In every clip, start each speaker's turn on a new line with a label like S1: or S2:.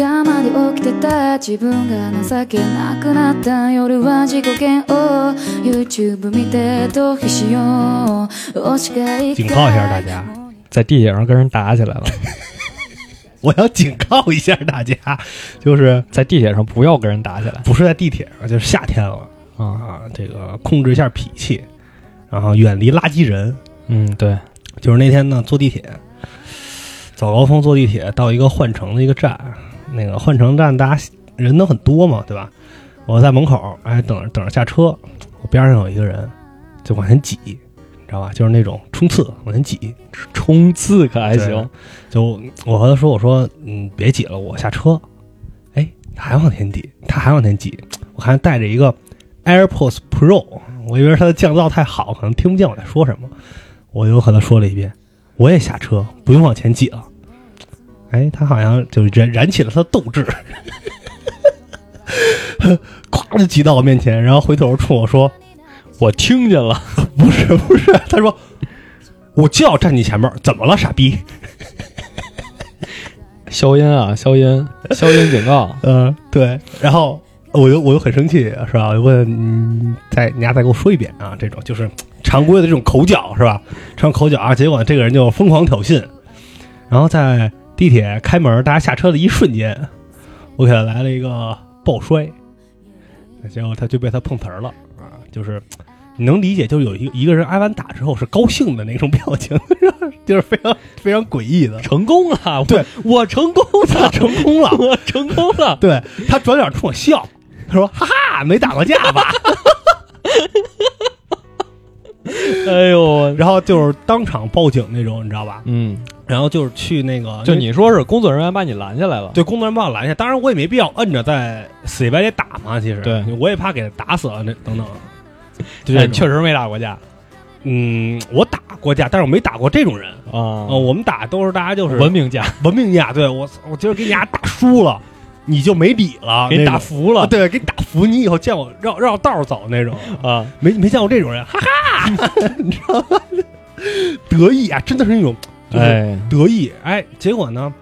S1: 起きてた自分が情けなくなった夜は自己嫌悪 YouTube 見て逃避しよう推しが一回
S2: 警告一下大家在地铁上跟人打起来了，
S3: 我要警告一下大家，就是
S2: 在地铁上不要跟人打起来
S3: 不是在地铁上，就是夏天了
S2: 啊、
S3: 啊，这个控制一下脾气，然后远离垃圾人。
S2: 嗯，对，
S3: 就是那天呢，坐地铁，早高峰坐地铁到一个换乘的一个站，那个换乘站大家人都很多嘛，对吧？我在门口，哎，等着等着下车，我边上有一个人就往前挤，你知道吧？就是那种冲刺往前挤，
S2: 冲刺可还
S3: 对
S2: 行，
S3: 就我和他说，我说嗯，别挤了，我下车。哎，他还往前挤，他还往前挤，我看他带着一个 AirPods Pro，我以为他的降噪太好，可能听不见我在说什么，我又和他说了一遍，我也下车，不用往前挤了。哎，他好像就燃燃起了他的斗志， 咵就挤到我面前，然后回头冲我说
S2: 我听见了，：“
S3: 不是，不是。”他说：“我就要站你前面，怎么了，傻逼
S2: 消音啊，消音，消音警告，。
S3: 嗯，对，然后我就我就很生气，是吧？我就问嗯，再你丫再给我说一遍啊，这种就是常规的这种口角，是吧？常口角啊，结果这个人就疯狂挑衅，然后在地铁开门大家下车的一瞬间，我给他来了一个抱摔，结果他就被他碰瓷儿了啊，就是。你能理解，就是有一个一个人挨完打之后是高兴的那种表情， 就是非常非常诡异的
S2: 成功了，我
S3: 对，
S2: 我成功
S3: 他
S2: 了，
S3: 成功了，
S2: 我成功 了，
S3: 对他转脸冲我笑，他说：“哈哈，没打过架 吧
S2: 哎呦？” ，
S3: 然后就是当场报警那种，你知道吧？
S2: 嗯，
S3: 然后就是去那个，
S2: 就
S3: 因为
S2: 你说是工作人员把你拦下来了，
S3: 对工作人员把我拦下，当然我也没必要摁着在死乞白赖打嘛，其实
S2: 对
S3: 我也怕给他打死了那等等。就
S2: 哎
S3: 这种
S2: 确实没打过架
S3: 嗯，我打过架，但是我没打过这种人。
S2: 啊
S3: 呃，我们打都是大家就是
S2: 文明架，
S3: 文明架，对我操我今儿给你俩打输了，你就没理了，
S2: 给你
S3: 那
S2: 打
S3: 种
S2: 服了
S3: 啊对，给你打服，你以后见我绕绕道儿走那 种。
S2: 啊，
S3: 没没见过这种人，哈哈， 你知道吗？得意啊，真的是那种就是
S2: 哎，
S3: 得意。哎，结果呢，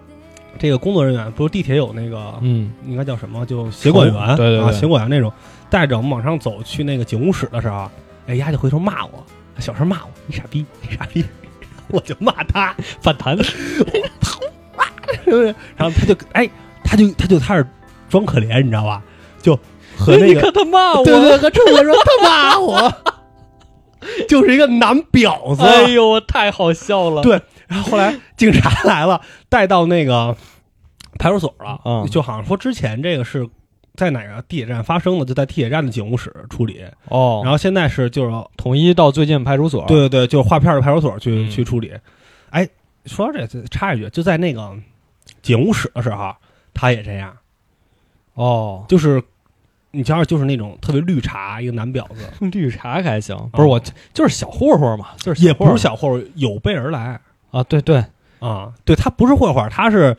S3: 这个工作人员不是地铁有那个
S2: 嗯，
S3: 应该叫什么，就协管员，
S2: 对对对
S3: 啊，协管员那种，带着我们往上走去那个警务室的时候，哎，丫就回头骂我，小声骂我，你傻逼，你傻逼， 我就骂他，
S2: 反弹，
S3: 是不是？然后他就哎，他就他就开始装可怜，你知道吧？就和那
S2: 你
S3: 个
S2: 看他骂啊我，
S3: 对对，和冲我说他骂我， 就是一个男婊子。
S2: 哎呦，我太好笑了，
S3: 对，然后后来警察来了，带到那个派出所了。
S2: 嗯
S3: 就好像说之前这个是在哪个地铁站发生的，就在地铁站的警务室处理。
S2: 哦，
S3: 然后现在是就是
S2: 统一到最近派出所，
S3: 对，对对，就是划片儿的派出所去、
S2: 嗯
S3: 去处理。哎，说到这这插一句，就在那个警务室的时候，他也这样，
S2: 哦，
S3: 就是你瞧瞧，就是那种特别绿茶一个男婊子，
S2: 绿茶还行，不是我就是小混混嘛，就是
S3: 哦也不是
S2: 小
S3: 小混混，有备而来。
S2: 混混啊，对对，
S3: 啊，对他不是混混，他是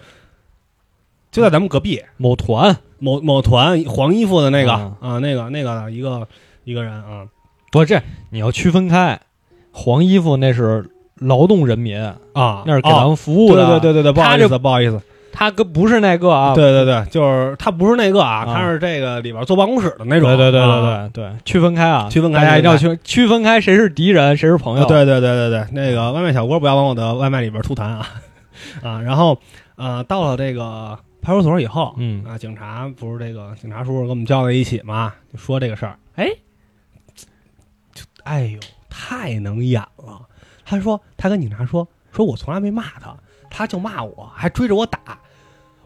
S3: 就在咱们隔壁
S2: 某团
S3: 某某团黄衣服的那个
S2: 啊
S3: 啊那个那个一个一个人啊，
S2: 不是这你要区分开，黄衣服那是劳动人民，
S3: 啊，
S2: 那是给
S3: 哦
S2: 咱们服务
S3: 对
S2: 的，
S3: 对对对对，不好
S2: 他
S3: 意
S2: 这
S3: 思不好意思，
S2: 他跟不是那个啊，
S3: 对对对，就是他不是那个啊，
S2: 啊
S3: 他是这个里边坐办公室的那
S2: 对
S3: 种，
S2: 对对对
S3: 啊
S2: 对对，区分开啊，
S3: 区分开
S2: 大家一定要区区分开，谁是敌人，谁是朋友，
S3: 啊，对对对对对，那个外卖小哥不要往我的外卖里边吐痰啊啊，然后呃，到了这个派出所以后，
S2: 嗯
S3: 啊，警察不是这个警察叔叔跟我们叫在一起嘛，就说这个事儿，哎，就哎呦，太能演了。他说他跟警察说，说我从来没骂他，他就骂我，还追着我打，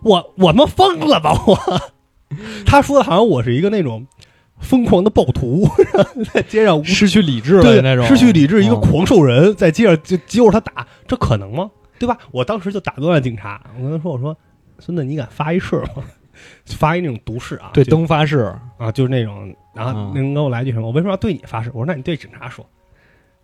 S3: 我我他妈疯了吧我。 他说的好像我是一个那种疯狂的暴徒， 在街上无
S2: 失去理智
S3: 对
S2: 了那种，
S3: 失去理智，一个
S2: 嗯
S3: 狂兽人在街上就揪着他打，这可能吗？对吧？我当时就打断了警察，我跟他说：“我说孙子，你敢发一誓吗？ 发一那种毒誓啊？
S2: 对
S3: 就
S2: 灯发誓，
S3: 啊，就是那种，然
S2: 嗯
S3: 后能给我来句什么？我为什么要对你发誓？我说那你对警察说，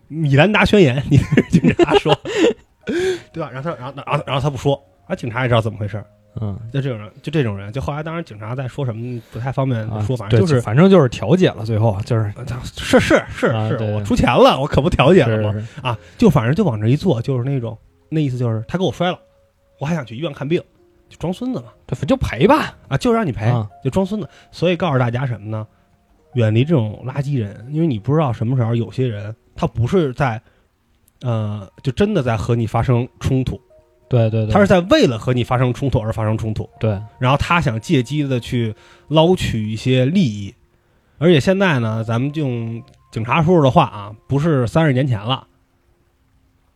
S3: 米兰达宣言，你对警察说， 对吧？然后他，然后，然后，然后他不说，啊，警察也知道怎么回事儿。
S2: 嗯。
S3: 就这种人，就这种人，就后来当然警察在说什么不太方便
S2: 啊
S3: 嗯说，反
S2: 对
S3: 正就是。呃
S2: 反正就是调解了，最后就是
S3: 是是是
S2: 啊
S3: 是，
S2: 对
S3: 我
S2: 对
S3: 出钱了，我可不调解了
S2: 是
S3: 吗？
S2: 是是
S3: 啊，就反正就往这一坐，就是那种那意思就是他给我摔了，我还想去医院看病，就装孙子嘛，
S2: 这就赔吧。
S3: 啊，就让你赔，
S2: 啊
S3: 就装孙子。所以告诉大家什么呢？远离这种垃圾人，因为你不知道什么时候有些人他不是在，呃，就真的在和你发生冲突，
S2: 对对对，
S3: 他是在为了和你发生冲突而发生冲突，
S2: 对
S3: 然后他想借机的去捞取一些利益。而且现在呢，咱们用警察叔叔的话啊，不是三十年前了，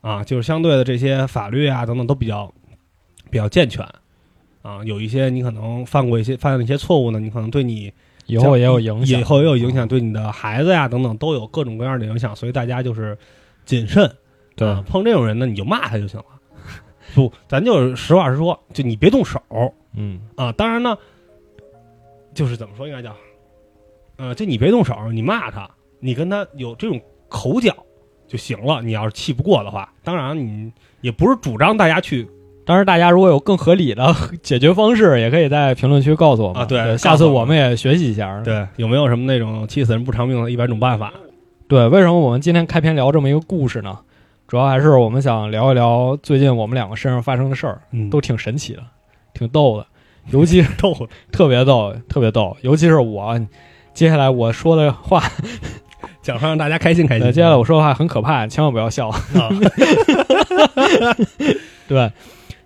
S3: 啊，就是相对的这些法律啊等等都比较比较健全，啊，有一些你可能犯过一些犯了一些错误呢，你可能对你
S2: 以后也有影响，
S3: 以后也有影响，对你的孩子呀、等等都有各种各样的影响，所以大家就是谨慎。
S2: 对
S3: 啊碰这种人呢，你就骂他就行了。不，咱就是实话实说，就你别动手，
S2: 嗯，
S3: 啊，当然呢，就是怎么说应该叫，呃，这你别动手，你骂他，你跟他有这种口角就行了。你要是气不过的话，当然你也不是主张大家去
S2: 当然，大家如果有更合理的 解决方式，也可以在评论区告诉我们
S3: 啊对
S2: 下次
S3: 告诉我
S2: 我们也学习一下。
S3: 对有没有什么那种气死人不偿命的一百种办法
S2: 对，为什么我们今天开篇聊这么一个故事呢？主要还是我们想聊一聊最近我们两个身上发生的事儿，
S3: 嗯
S2: 都挺神奇的，挺逗的，尤其是
S3: 逗
S2: 特别逗，特别逗，尤其是我。啊接下来我说的话，
S3: 讲说让大家开心开心。
S2: 呃接下来我说的话很可怕，千万不 要笑。
S3: 啊，
S2: 对，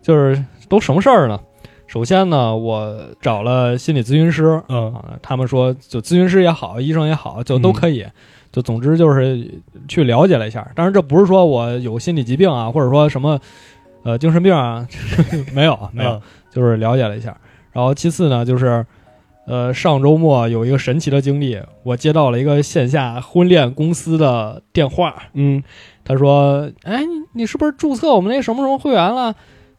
S2: 就是都什么事儿呢？首先呢，我找了心理咨询师
S3: 嗯
S2: 啊，他们说就咨询师也好，医生也好，就都可以，
S3: 嗯
S2: 就总之就是去了解了一下。当然，这不是说我有心理疾病啊，或者说什么呃精神病啊， 没有没有，
S3: 嗯
S2: 就是了解了一下。然后其次呢，就是呃上周末有一个神奇的经历，我接到了一个线下婚恋公司的电话，
S3: 嗯
S2: 他说：“哎，你你是不是注册我们那什么什么会员了？”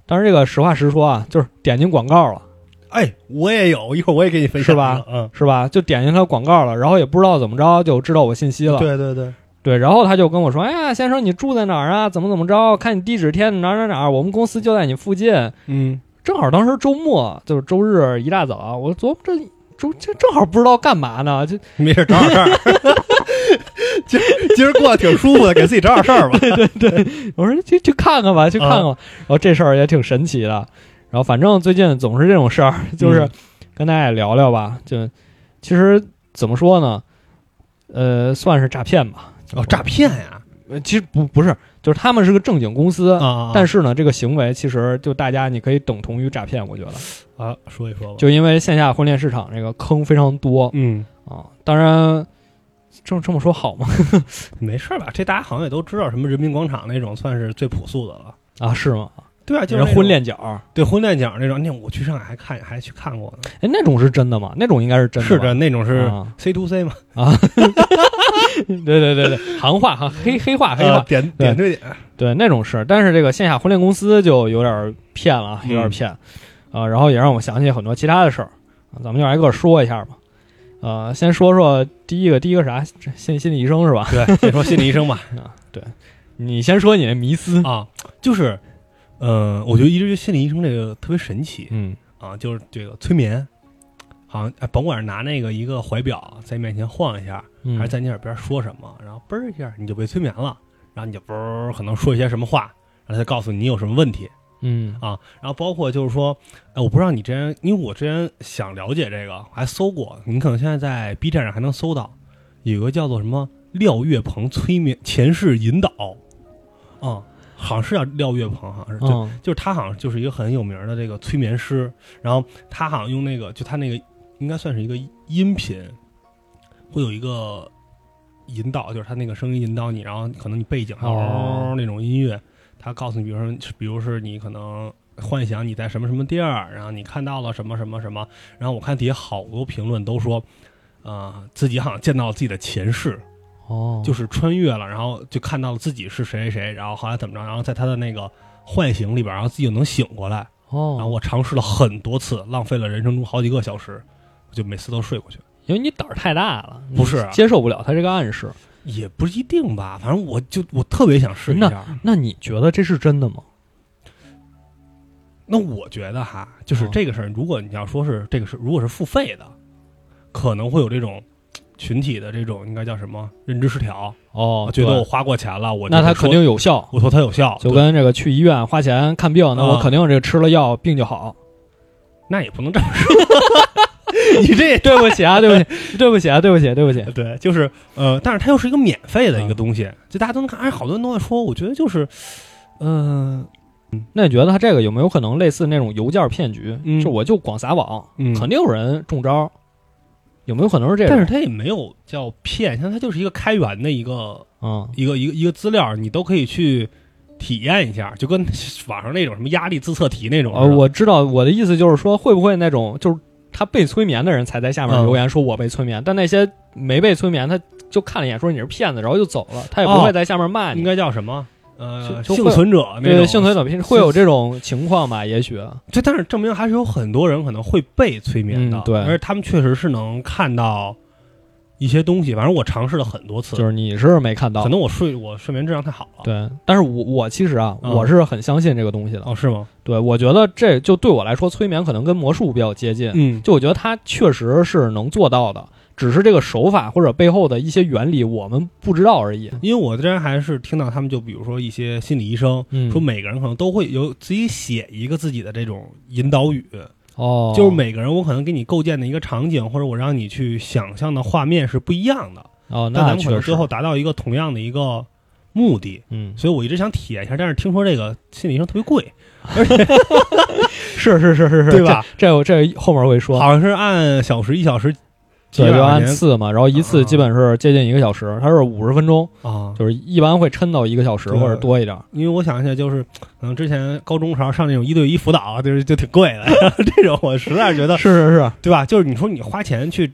S2: 当然，这个实话实说啊，就是点进广告了，
S3: 哎，我也有一会儿我也给你分享
S2: 是吧
S3: 一个？嗯，
S2: 是吧？就点进他广告了，然后也不知道怎么着就知道我信息了。
S3: 对对对，
S2: 对然后他就跟我说：“哎呀，先生，你住在哪儿啊？怎么怎么着？看你地址贴哪儿哪儿哪儿，我们公司就在你附近。
S3: 嗯”
S2: 正好当时周末，就是周日一大早，我琢磨这周这正好不知道干嘛呢，就
S3: 没事找点 事儿。今儿今儿过得挺舒服的，给自己找点事儿吧。
S2: 我说去去看看吧，去看看吧。然后这事儿也挺神奇的。然后反正最近总是这种事儿，就是
S3: 嗯
S2: 跟大家也聊聊吧。就其实怎么说呢，呃，算是诈骗吧。
S3: 哦，诈骗呀！
S2: 呃其实不不是，就是他们是个正经公司，
S3: 啊
S2: 但是呢，这个行为其实就大家你可以等同于诈骗，我觉得，
S3: 啊，说一说吧。
S2: 就因为线下婚恋市场这个坑非常多
S3: 嗯，
S2: 啊。当然，这这么说好吗？
S3: 没事儿吧？这大家好像也都知道，什么人民广场那种算是最朴素的了。
S2: 啊，是吗？
S3: 对啊，就是
S2: 人
S3: 那种
S2: 婚恋角儿，
S3: 对婚恋角那种，那我去上海还看还去看过呢。
S2: 哎，那种是真的吗？那种应该是真的，
S3: 是的，，那种是
S2: 啊
S3: C to C 嘛，
S2: 对对对 对，行话行黑黑话黑
S3: 呃
S2: 话，
S3: 点点对点。
S2: 对那种是，但是这个线下婚恋公司就有点骗了，啊，
S3: 嗯
S2: 有点骗，呃，然后也让我想起很多其他的事儿，啊咱们就挨个说一下吧。呃，先说说第一个，第一个啥？这心心理医生是吧？
S3: 对，先说心理医生吧。
S2: 你先说你的迷思。
S3: 啊，就是，嗯，我觉得一直觉得心理医生这个特别神奇
S2: 嗯
S3: 啊，就是这个催眠，好像哎甭管是拿那个一个怀表在面前晃一下，
S2: 嗯，
S3: 还是在你耳边说什么，然后嘣儿一下你就被催眠了，然后你就嘣儿可能说一些什么话，然后他告诉你你有什么问题。
S2: 嗯
S3: 啊，然后包括就是说，哎，我不知道你之前，因为我之前想了解这个，还搜过，你可能现在在 B 站上还能搜到，有个叫做什么廖月鹏催眠前世引导，啊，好像是叫廖月鹏，好像是，就
S2: 嗯
S3: 就是他好像就是一个很有名的这个催眠师，然后他好像用那个，就他那个应该算是一个音频，会有一个引导，就是他那个声音引导你，然后可能你背景还有
S2: 哦
S3: 那种音乐，他告诉你，比如说，比如是你可能幻想你在什么什么地儿，然后你看到了什么什么什么，然后我看底下好多评论都说，呃，自己好像见到自己的前世，
S2: 哦，
S3: 就是穿越了，然后就看到了自己是谁谁谁，然后后来怎么着，然后在他的那个幻形里边，然后自己又能醒过来。然后
S2: 哦，
S3: 我尝试了很多次，浪费了人生中好几个小时，我就每次都睡过去。
S2: 因为你胆儿太大了，
S3: 不是啊
S2: 你接受不了他这个暗示。
S3: 也不一定吧，反正我就我特别想试一下。
S2: 那你觉得这是真的吗？
S3: 那我觉得哈，就是
S2: 嗯
S3: 这个事儿，如果你要说是这个是如果是付费的，可能会有这种群体的这种应该叫什么认知失调，
S2: 哦
S3: 我，觉得
S2: 对
S3: 我花过钱了，我
S2: 那
S3: 就
S2: 他
S3: 说
S2: 肯定有效。
S3: 我说它有效，
S2: 就
S3: 对
S2: 跟这个去医院花钱看病，那
S3: 啊
S2: 我肯定这个吃了药病就好。
S3: 那也不能这么说，你这 也
S2: 对不起啊，对不起，对不起啊，对不起，对不起。
S3: 对，就是呃，但是它又是一个免费的一个
S2: 嗯
S3: 东西，就大家都能看。哎，好多人都在说，我觉得就是，呃，
S2: 那你觉得他这个有没有可能类似那种邮件骗局？
S3: 嗯
S2: 就我就广撒网，
S3: 嗯
S2: 肯定有人中招，有没有可能是这
S3: 但
S2: 种？
S3: 是它也没有叫骗，像它就是一个开源的一个
S2: 嗯
S3: 一个一个一个资料，你都可以去体验一下，就跟 网上那种什么压力自测题那种。
S2: 呃，我知道我的意思就是说，会不会那种就是他被催眠的人才在下面
S3: 嗯
S2: 留言说我被催眠，但那些没被催眠，他就看了一眼说你是骗子，然后就走了，他也不会在下面骂
S3: 哦应
S2: 你。
S3: 该叫什么？呃，
S2: 就就
S3: 幸
S2: 会
S3: 存者那
S2: 对，
S3: 种
S2: 幸存者偏会有这种情况吧？也许，啊
S3: 这但是证明还是有很多人可能会被催眠的，
S2: 嗯对
S3: 而且他们确实是能看到一些东西。反正我尝试了很多次，
S2: 就是你是没看到
S3: 可。能我睡我睡眠质量太好了。，
S2: 对，但是我我其实啊，
S3: 嗯
S2: 我是很相信这个东西的。
S3: 哦，是吗？
S2: 对，我觉得这就对我来说，催眠可能跟魔术比较接近。
S3: 嗯，
S2: 就我觉得它确实是能做到的，只是这个手法或者背后的一些原理我们不知道而已。
S3: 因为我之前还是听到他们就比如说一些心理医生。
S2: 嗯
S3: 说每个人可能都会有自己写一个自己的这种引导语，
S2: 哦，
S3: 就是每个人我可能给你构建的一个场景，或者我让你去想象的画面是不一样的，
S2: 哦，
S3: 但咱
S2: 那
S3: 们可能
S2: 确
S3: 最
S2: 实，
S3: 后达到一个同样的一个目的。
S2: 嗯，
S3: 所以我一直想体验一下，但是听说这个心理医生特别 贵，
S2: 是是是是是，
S3: 对吧
S2: 这？这这后面会说，
S3: 好像是按小时一小时几
S2: 对，
S3: 百
S2: 就
S3: 块
S2: 按
S3: 钱
S2: 次嘛，然后一
S3: 嗯
S2: 次基本是接近一个小时，它是五十分钟，
S3: 啊。
S2: 就是一般会抻到一个小时
S3: 对
S2: 或者多一点。
S3: 因为我想起来，就是可能之前高中时候上那种一对一辅导，就是就挺贵的。 然后这种我实在是觉得，
S2: 是是是，
S3: 对吧？就是你说你花钱去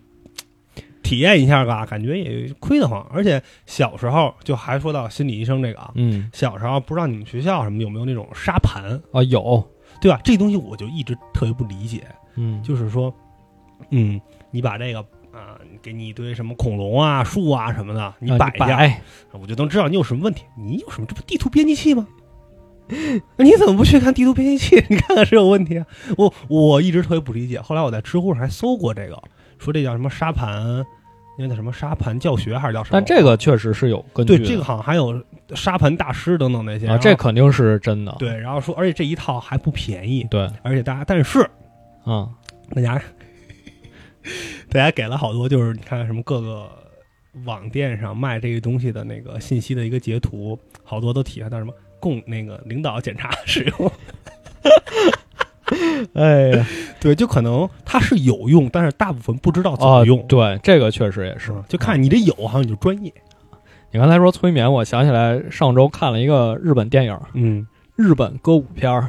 S3: 体验一下吧，感觉也亏得慌。而且小时候就还说到心理医生这个啊，
S2: 嗯，
S3: 小时候不知道你们学校什么有没有那种沙盘，
S2: 啊有，
S3: 对吧？这东西我就一直特别不理解，
S2: 嗯，
S3: 就是说，嗯，你把这个啊、给你一堆什么恐龙啊、树啊什么的，你
S2: 啊
S3: 摆一下，
S2: 摆，
S3: 我就能知道你有什么问题。你有什么？这不地图编辑器吗？ 你怎么不去看地图编辑器？ 你看看是有问题啊！我我一直特别不理解。后来我在知乎上还搜过这个，说这叫什么沙盘，因为那什么沙盘教学还是叫什么？
S2: 但这个确实是有根据
S3: 对
S2: 的，
S3: 这个好像还有沙盘大师等等那些。
S2: 啊，
S3: 然后
S2: 这肯定是真的，
S3: 对，然后说，而且这一套还不便宜，
S2: 对，
S3: 而且大家但是
S2: 嗯，
S3: 大家大家给了好多，就是你看什么各个网店上卖这个东西的那个信息的一个截图，好多都体现到什么供那个领导检查 使用。
S2: 哎呀。
S3: 对，就可能它是有用，但是大部分不知道怎
S2: 啊，
S3: 么用。嗯
S2: 对，这个确实也是
S3: 是。吧，就看你这有，好像你就专业。
S2: 你刚才说催眠，我想起来上周看了一个日本电影，
S3: 嗯
S2: 日本歌舞片儿，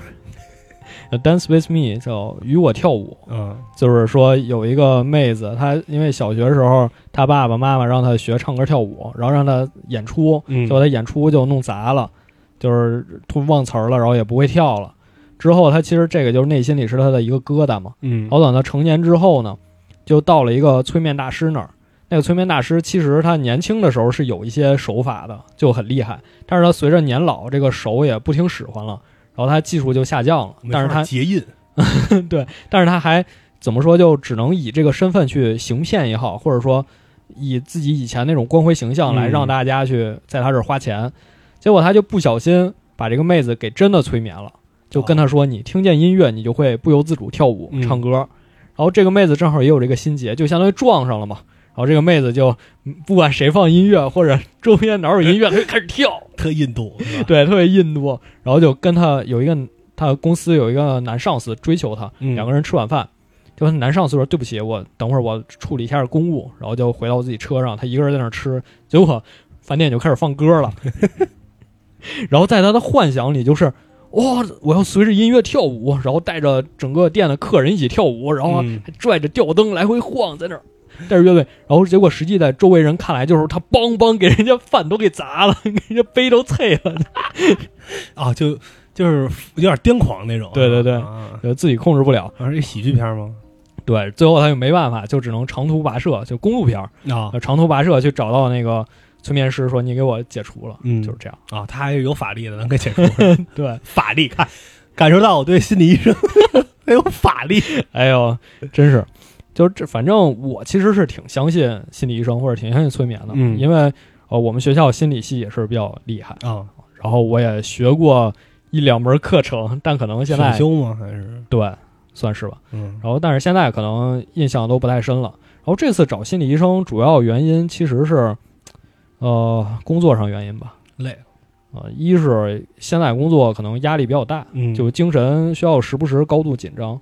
S2: 《Dance with Me》叫《与我跳舞
S3: 嗯》，
S2: 就是说有一个妹子，她因为小学时候她爸爸妈妈让她学唱歌跳舞，然后让她演出，
S3: 嗯
S2: 结果她演出就弄砸了，就是突忘词儿了，然后也不会跳了。之后她其实这个就是内心里是她的一个疙瘩嘛，
S3: 嗯
S2: 好等到成年之后呢，就到了一个催眠大师那儿。那个催眠大师其实他年轻的时候是有一些手法的，就很厉害。但是他随着年老，这个手也不听使唤了，然后他技术就下降了。但是他
S3: 结印，
S2: 对，但是他还怎么说，就只能以这个身份去行骗也好，或者说以自己以前那种光辉形象来
S3: 嗯
S2: 让大家去在他这儿花钱。嗯结果他就不小心把这个妹子给真的催眠了，就跟她说：“你听见音乐，你就会不由自主跳舞、
S3: 嗯
S2: 唱歌。”然后这个妹子正好也有这个心结，就相当于撞上了嘛。然后这个妹子就嗯不管谁放音乐或者周边哪有音乐，她就开始跳。
S3: 特印度，是吧
S2: 对，特别印度。然后就跟他有一个他公司有一个男上司追求他，
S3: 嗯
S2: 两个人吃晚饭，就跟男上司说：“对不起，我等会儿我处理一下公务。”然后就回到自己车上，他一个人在那儿吃，结果饭店就开始放歌了。 然后在他的幻想里，就是哇、我要随着音乐跳舞，然后带着整个店的客人一起跳舞，然后
S3: 嗯
S2: 还拽着吊灯来回晃，在那儿带着乐队，然后结果实际在周围人看来，就是他梆梆给人家饭都给砸了，给 人家杯都碎了，
S3: 啊，就就是有点癫狂那种。
S2: 对对对
S3: 啊，
S2: 就自己控制不了。
S3: 啊是一喜剧片吗？
S2: 对，最后他就没办法，就只能长途跋涉，就公路片儿，
S3: 啊
S2: 呃长途跋涉去找到那个催眠师，说你给我解除了，
S3: 嗯
S2: 就是 这样。
S3: 啊，他还是有法力的，能给解除。
S2: 对，
S3: 法力，看感受到我对心理医 生很有法力。
S2: 哎呦，真是，就这，反正我其实是挺相信心理医生或者挺相信催眠的，
S3: 嗯
S2: 因为呃，我们学校心理系也是比较厉害，
S3: 啊，
S2: 然后我也学过一两门课程，但可能现在
S3: 选修吗？还是
S2: 对算是吧。
S3: 嗯
S2: 然后，但是现在可能印象都不太深了。然后这次找心理医生，主要原因其实是，呃，工作上原因吧。
S3: 累，
S2: 呃，一是现在工作可能压力比较大，
S3: 嗯
S2: 就精神需要时不时高度紧张；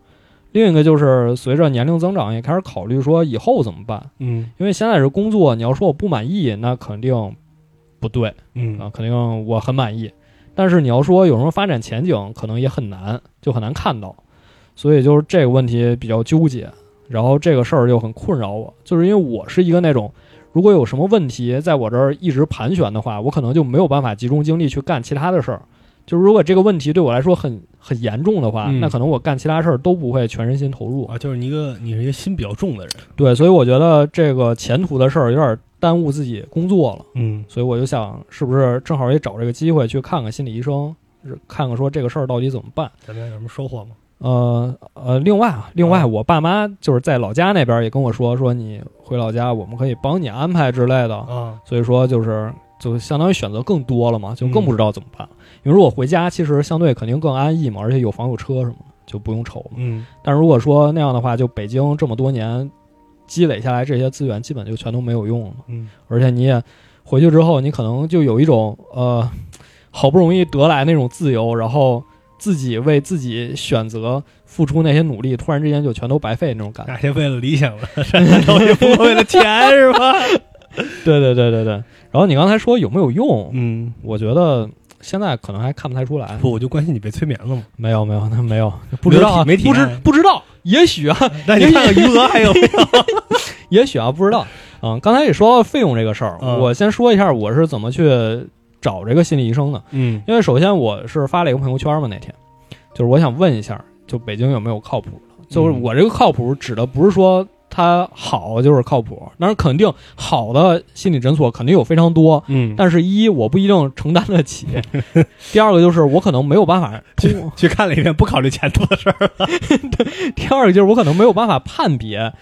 S2: 另一个就是随着年龄增长，也开始考虑说以后怎么办。
S3: 嗯
S2: 因为现在是工作，你要说我不满意，那肯定不对啊，
S3: 嗯
S2: 肯定我很满意。但是你要说有什么发展前景，可能也很难，就很难看到。所以就是这个问题比较纠结，然后这个事儿就很困扰我，就是因为我是一个那种，如果有什么问题在我这儿一直盘旋的话，我可能就没有办法集中精力去干其他的事儿。就是如果这个问题对我来说很很严重的话，
S3: 嗯
S2: 那可能我干其他事儿都不会全身心投入。
S3: 啊，就是你一个你是一个心比较重的人，
S2: 对，所以我觉得这个前途的事儿有点耽误自己工作了。
S3: 嗯
S2: 所以我就想，是不是正好也找这个机会去看看心理医生，是看看说这个事儿到底怎么办。
S3: 咱们有什么收获吗？
S2: 呃呃，另外啊，另外
S3: 啊
S2: 我爸妈就是在老家那边也跟我说，说你回老家，我们可以帮你安排之类的。
S3: 啊，
S2: 所以说就是就相当于选择更多了嘛，就更
S3: 嗯
S2: 不知道怎么办了。因为如果回家，其实相对肯定更安逸嘛，而且有房有车什么的，就不用愁嘛。
S3: 嗯
S2: 但如果说那样的话，就北京这么多年积累下来这些资源，基本就全都没有用了嘛。
S3: 嗯
S2: 而且你也回去之后，你可能就有一种呃，好不容易得来那种自由，然后自己为自己选择付出那些努力，突然之间就全都白费那种感觉。
S3: 那些为了理想的， 都是不为了钱是吧？
S2: 对对对对对。然后你刚才说有没有用？
S3: 嗯，
S2: 我觉得现在可能还看不太出来。
S3: 不，我就关心你被催眠了吗？
S2: 没有没 有，那没有，不知道啊，
S3: 没体
S2: 不
S3: 没体
S2: 知
S3: 验
S2: 不知道，也许啊，
S3: 那你看看余额 还有没有？
S2: 也许啊，不知道。嗯，刚才也说到费用这个事儿，
S3: 嗯
S2: 我先说一下我是怎么去找这个心理医生的。
S3: 嗯
S2: 因为首先我是发了一个朋友圈嘛，那天就是我想问一下，就北京有没有靠谱的？就是我这个靠谱指的不是说它好就是靠谱，但是肯定好的心理诊所肯定有非常多，
S3: 嗯，
S2: 但是一我不一定承担得起，第二个就是我可能没有办法
S3: 去
S2: 通，
S3: 去看了一遍，不考虑前途的事儿。
S2: 第二个就是我可能没有办法判别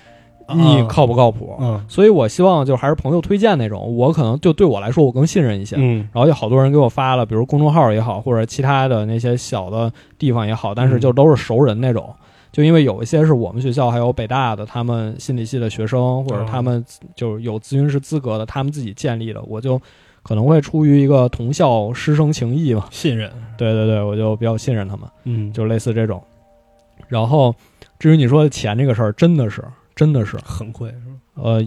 S2: 你靠不靠谱，
S3: 啊嗯
S2: 所以我希望就是还是朋友推荐那种，我可能就对我来说我更信任一些，
S3: 嗯
S2: 然后有好多人给我发了，比如公众号也好，或者其他的那些小的地方也好，但是就都是熟人那种。就因为有一些是我们学校还有北大的他们心理系的学生，或者他们就是有咨询师资格的，他们自己建立的，我就可能会出于一个同校师生情谊嘛，
S3: 信任。
S2: 对对对，我就比较信任他们，
S3: 嗯就
S2: 就类似这种。然后，至于你说的钱这个事儿，真的是真的是，
S3: 很贵是吧？
S2: 呃，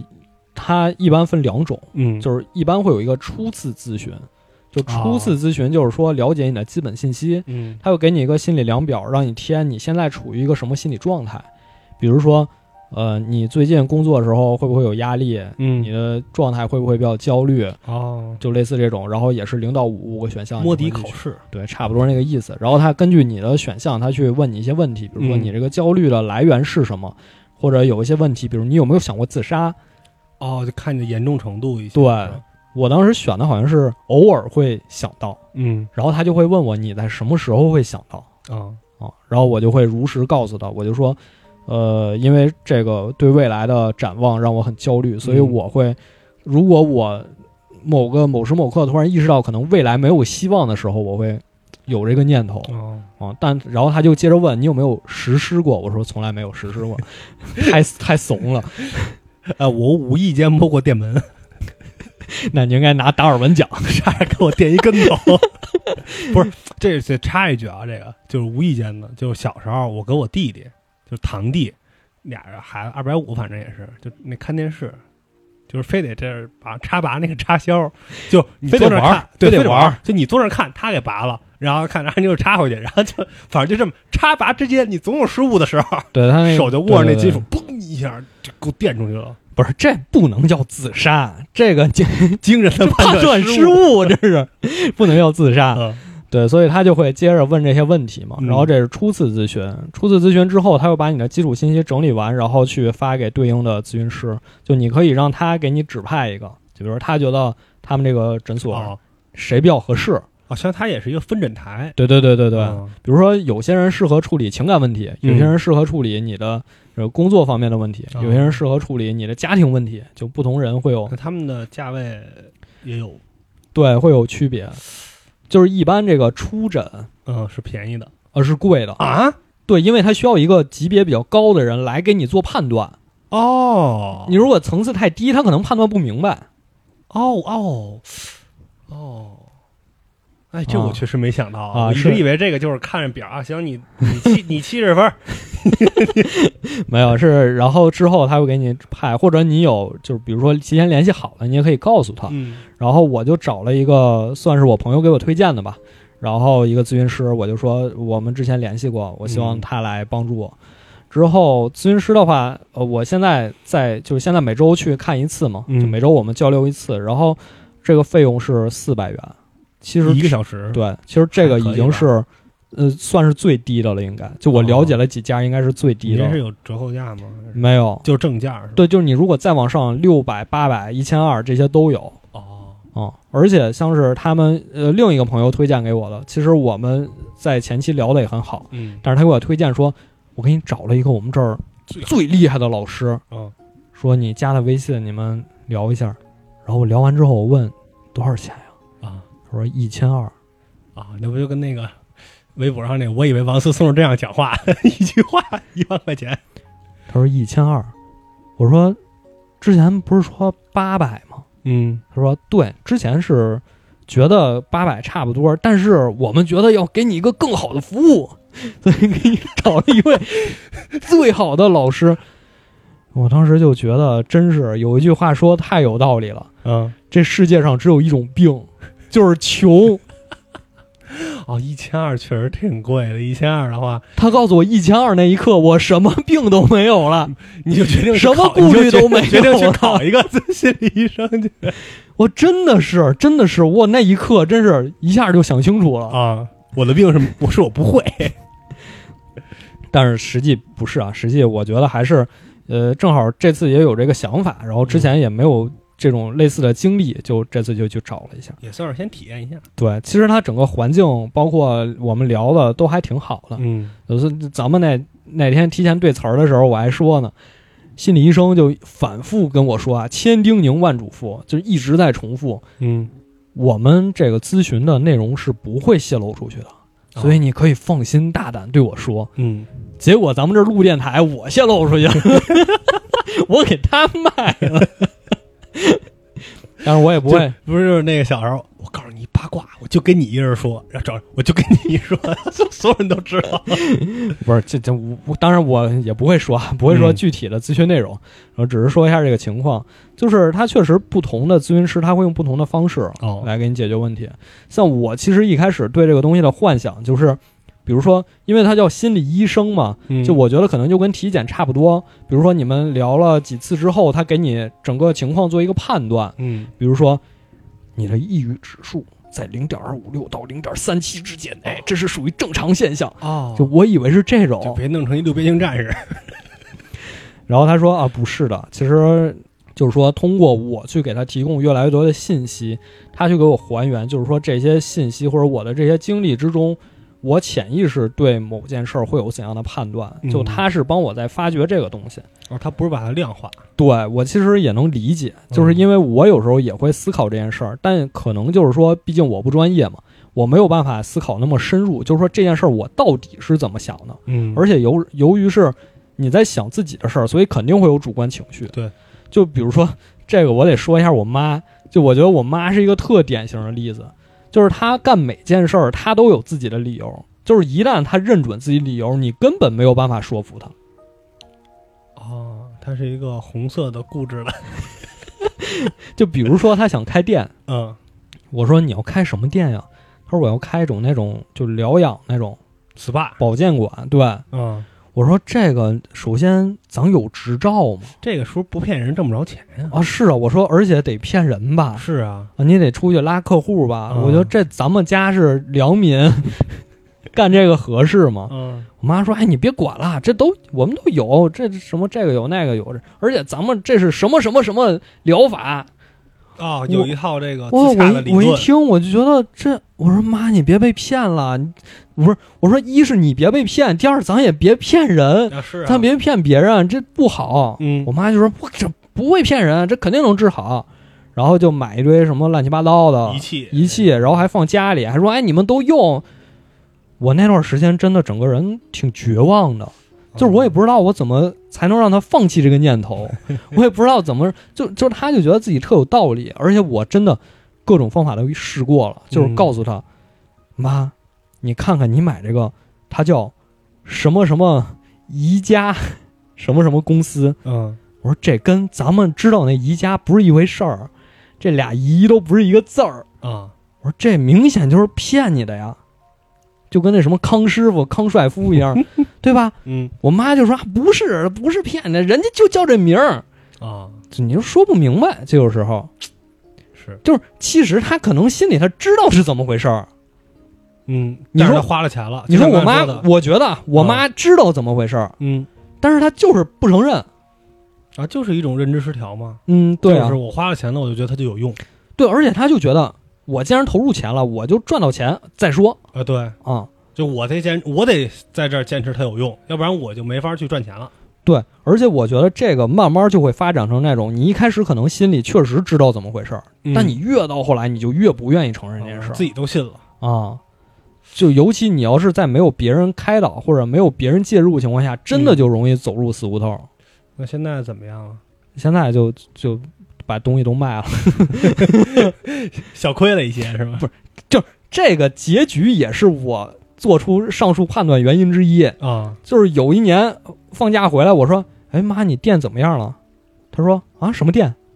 S2: 它一般分两种。
S3: 嗯就
S2: 就是一般会有一个初次咨询，就初次咨询就是说了解你的基本信息，
S3: 嗯
S2: 他会给你一个心理量表，让你填你现在处于一个什么心理状态，比如说，呃，你最近工作的时候会不会有压力？
S3: 嗯
S2: 你的状态会不会比较焦虑？
S3: 哦，
S2: 就类似这种，然后也是零到五五个选项，
S3: 摸底
S2: 你会
S3: 考
S2: 去
S3: 试。
S2: 对，差不多那个意思。然后他根据你的选项，他去问你一些问题，比如说
S3: 嗯
S2: 你这个焦虑的来源是什么，或者有一些问题，比如你有没有想过自杀？
S3: 哦，就看你的严重程度一些。
S2: 对我当时选的好像是偶尔会想到，
S3: 嗯
S2: 然后他就会问我你在什么时候会想到
S3: 啊
S2: 啊，然后我就会如实告诉他，我就说，呃，因为这个对未来的展望让我很焦虑，所以
S3: 嗯
S2: 我会，如果我某个某时某刻突然意识到可能未来没有希望的时候，我会有这个念头
S3: 哦，
S2: 啊。但然后他就接着问你有没有实施过，我说从来没有实施过， 太太怂了，
S3: 呃，我无意间摸过电门，
S2: 那你应该拿达尔文奖。
S3: 差点给我垫一跟头。 不是，这这插一句啊，这个就是无意间的，就是小时候我跟我弟弟，就是堂弟，俩人孩子二百五，250反正也是，就那看电视，就是非得这儿把插拔那个插销，就你
S2: 非得
S3: 坐那儿
S2: 玩儿
S3: 看，对，
S2: 非
S3: 非
S2: 得
S3: 得
S2: 玩儿
S3: 儿，就你坐那儿看，他给拔了，然后看，然后你就插回去，然后就反正就这么插拔之间，你总有失误的时候，
S2: 对他那个
S3: 手就握着那
S2: 对对
S3: 金
S2: 哎对
S3: 属，嘣一下就给我电出去了，
S2: 不是，这不能叫自杀， 这个这
S3: 惊人的
S2: 判断
S3: 断
S2: 失
S3: 误。
S2: 误，啊这是不能叫自杀。
S3: 嗯
S2: 对，所以他就会接着问这些问题嘛。
S3: 嗯
S2: 然后这是初次咨询，初次咨询之后，他又把你的基础信息整理完，然后去发给对应的咨询师。就你可以让他给你指派一个，就比如说他觉得他们这个诊所
S3: 哦，
S2: 谁比较合适。
S3: 好像啊它也是一个分诊台，
S2: 对对对对对，
S3: 嗯
S2: 比如说有些人适合处理情感问题，有些人适合处理你的呃工作方面的问题，
S3: 哦
S2: 有些人适合处理你的家庭问题，就不同人会有
S3: 那他们的价位也有，
S2: 对，会有区别。就是一般这个初诊，
S3: 嗯，是便宜的
S2: 呃，是贵的。
S3: 啊？
S2: 对，因为它需要一个级别比较高的人来给你做判断。
S3: 哦，
S2: 你如果层次太低，他可能判断不明白。
S3: 哦哦哦，哎，这
S2: 啊
S3: 我确实没想到
S2: 啊
S3: 我一直
S2: 是
S3: 以为这个就是看着表啊，行，你你七你七十分儿，
S2: 没有是，然后之后他会给你派，或者你有就是比如说提前联系好了，你也可以告诉他。
S3: 嗯
S2: 然后我就找了一个算是我朋友给我推荐的吧，然后一个咨询师，我就说我们之前联系过，我希望他来帮助我。之后咨询师的话，呃，我现在在就是现在每周去看一次嘛，
S3: 嗯
S2: 就每周我们交流一次，然后这个费用是四百元，其实
S3: 一个小时，
S2: 对，其实这个已经
S3: 还可
S2: 是。呃，算是最低的了，应该就我了解了几家，应该是最低
S3: 你
S2: 的
S3: 这
S2: 了
S3: 是。有折扣价吗？
S2: 没有，
S3: 哦就是正价是吧？
S2: 对，就是你如果再往上，六百、八百、一千二这些都有。
S3: 哦，
S2: 嗯，而且像是他们呃另一个朋友推荐给我的，其实我们在前期聊的也很好，
S3: 嗯，
S2: 但是他给我推荐说，我给你找了一个我们这儿
S3: 最
S2: 最厉害的老师，
S3: 嗯，
S2: 说你加他微信，你们聊一下。然后我聊完之后，我问多少钱呀、
S3: 啊
S2: 他说一千二。
S3: 啊，那不就跟那个微博上那个，我以为王思聪是这样讲话， 一句话一万块钱，
S2: 他说一千二。我说之前不是说八百吗？
S3: 嗯，
S2: 他说对，之前是觉得八百差不多，但是我们觉得要给你一个更好的服务，所以给你找了一位最好的老师。我当时就觉得，真是有一句话说太有道理了，
S3: 嗯，
S2: 这世界上只有一种病，就是穷。
S3: 哦，一千二确实挺贵的，一千二的话，
S2: 他告诉我一千二那一刻，我什么病都没有了，
S3: 你就决定去
S2: 什么
S3: 考
S2: 顾虑
S3: 你就决
S2: 都没有
S3: 决定去
S2: 了
S3: 考一个心理医生去
S2: 我真的是，真的是，我那一刻真是一下就想清楚了。
S3: 啊。我的病是我是我不会，
S2: 但是实际不是啊，实际我觉得还是，呃，正好这次也有这个想法，然后
S3: 嗯
S2: 之前也没有这种类似的经历，就这次就去找了一下。
S3: 也算是先体验一下。
S2: 对，其实它整个环境，包括我们聊的都还挺好的。
S3: 嗯，
S2: 就是咱们那那天提前对词儿的时候，我还说呢，心理医生就反复跟我说啊，千叮咛万嘱咐，就是一直在重复，
S3: 嗯，
S2: 我们这个咨询的内容是不会泄露出去的。
S3: 哦
S2: 所以你可以放心大胆对我说，
S3: 嗯，
S2: 结果咱们这录电台，我泄露出去了，我给他卖了。但是我也不会，
S3: 不是就是那个小时候，我告诉你八卦，我就跟你一人说， 然后找我就跟你一说， 所所有人都知道。
S2: 不是这这我，我当然我也不会说，啊不会说具体的咨询内容，然后只是说一下这个情况，就是他确实不同的咨询师他会用不同的方式
S3: 哦
S2: 来给你解决问题。像我其实一开始对这个东西的幻想就是，比如说，因为他叫心理医生嘛，
S3: 嗯
S2: 就我觉得可能就跟体检差不多。比如说你们聊了几次之后，他给你整个情况做一个判断，
S3: 嗯，
S2: 比如说你的抑郁指数在零点二五六到零点三七之间，哎，这是属于正常现象。
S3: 哦
S2: 就我以为是这
S3: 就
S2: 种，
S3: 别弄成一六边形战士。
S2: 然后他说啊，不是的，其实就是说通过我去给他提供越来越多的信息，他去给我还原，就是说这些信息或者我的这些经历之中。我潜意识对某件事儿会有怎样的判断？
S3: 嗯
S2: 就他是帮我在发掘这个东西，
S3: 哦，他不是把它量化。
S2: 对我其实也能理解，
S3: 嗯
S2: 就是因为我有时候也会思考这件事儿，但可能就是说，毕竟我不专业嘛，我没有办法思考那么深入，就是说这件事儿我到底是怎么想的。
S3: 嗯
S2: 而且由由于是你在想自己的事儿，所以肯定会有主观情绪。
S3: 对，
S2: 就比如说这个，我得说一下我妈，就我觉得我妈是一个特典型的例子，就是她干每件事儿她都有自己的理由，就是一旦她认准自己理由，你根本没有办法说服她。
S3: 哦，它是一个红色的固执的。
S2: 就比如说她想开店。
S3: 嗯，
S2: 我说你要开什么店呀？他说我要开一种那种就疗养那种
S3: SPA。
S2: 保健馆，对吧？
S3: 嗯，
S2: 我说这个首先咱有执照吗？
S3: 这个时候不骗人挣不着钱呀。
S2: 啊，是啊，我说而且得骗人吧，
S3: 是啊，
S2: 啊，你得出去拉客户吧。
S3: 嗯
S2: 我觉得这咱们家是良民， 干这个合适吗？
S3: 嗯，
S2: 我妈说，哎，你别管了，这都我们都有，这什么这个有那个有，而且咱们这是什么什么什么疗法，
S3: 哦，有一套这个
S2: 我
S3: 自
S2: 我
S3: 洽的理
S2: 一我一
S3: 论。
S2: 听我就觉得这，我说妈，你别被骗了，你不是我说一是你别被骗，第二咱也别骗人，
S3: 啊，是啊
S2: 咱别骗别人，这不好。
S3: 嗯
S2: 我，妈就说不这不会骗人，这肯定能治好，然后就买一堆什么乱七八糟的
S3: 仪器嗯
S2: 仪器，然后还放家里，还说哎你们都用。我那段时间真的整个人挺绝望的，就是我也不知道我怎么才能让他放弃这个念头，我也不知道怎么就就是他就觉得自己特有道理，而且我真的各种方法都试过了，就是
S3: 嗯
S2: 告诉他、妈，你看看你买这个，它叫什么什么宜家，什么什么公司，
S3: 嗯
S2: 我说这跟咱们知道那宜家不是一回事儿，这俩宜都不是一个字儿。
S3: 啊
S2: 我说这明显就是骗你的呀，就跟那什么康师傅、康帅夫一样，对吧？
S3: 嗯
S2: 我妈就说、啊不是，不是骗你的，人家就叫这名儿，
S3: 啊
S2: 就你就说不明白。这有时候
S3: 是
S2: 就是，其实他可能心里他知道是怎么回事儿。
S3: 嗯，
S2: 你
S3: 但是
S2: 说
S3: 他花了钱了，
S2: 你
S3: 啊就
S2: 说
S3: 像
S2: 我
S3: 刚才
S2: 妈
S3: 说，的
S2: 我觉得啊我妈知道怎么回事儿，
S3: 嗯
S2: 但是她就是不承认。
S3: 啊，就是一种认知失调嘛。
S2: 嗯，对啊
S3: 就是，我花了钱了，我就觉得它就有用
S2: 对，而且她就觉得我既然投入钱了，我就赚到钱再说
S3: 啊。对，
S2: 啊。
S3: 就我得坚，我得在这儿坚持它有用，要不然我就没法去赚钱了。
S2: 对，而且我觉得这个慢慢就会发展成那种，你一开始可能心里确实知道怎么回事儿，但你越到后来，你就越不愿意承认这件
S3: 嗯
S2: 事
S3: 啊
S2: 儿
S3: 自己都信了，
S2: 啊。就尤其你要是在没有别人开导或者没有别人介入的情况下，
S3: 嗯
S2: 真的就容易走入死胡同儿。
S3: 那现在怎么样啊了？
S2: 现在就就把东西都卖了，
S3: 小亏了一些是吧？不是
S2: 这个结局也是我做出上述判断原因之一。
S3: 啊，
S2: 就是有一年放假回来，我说：“哎妈，你店怎么样了？”她说：“啊，什么店？”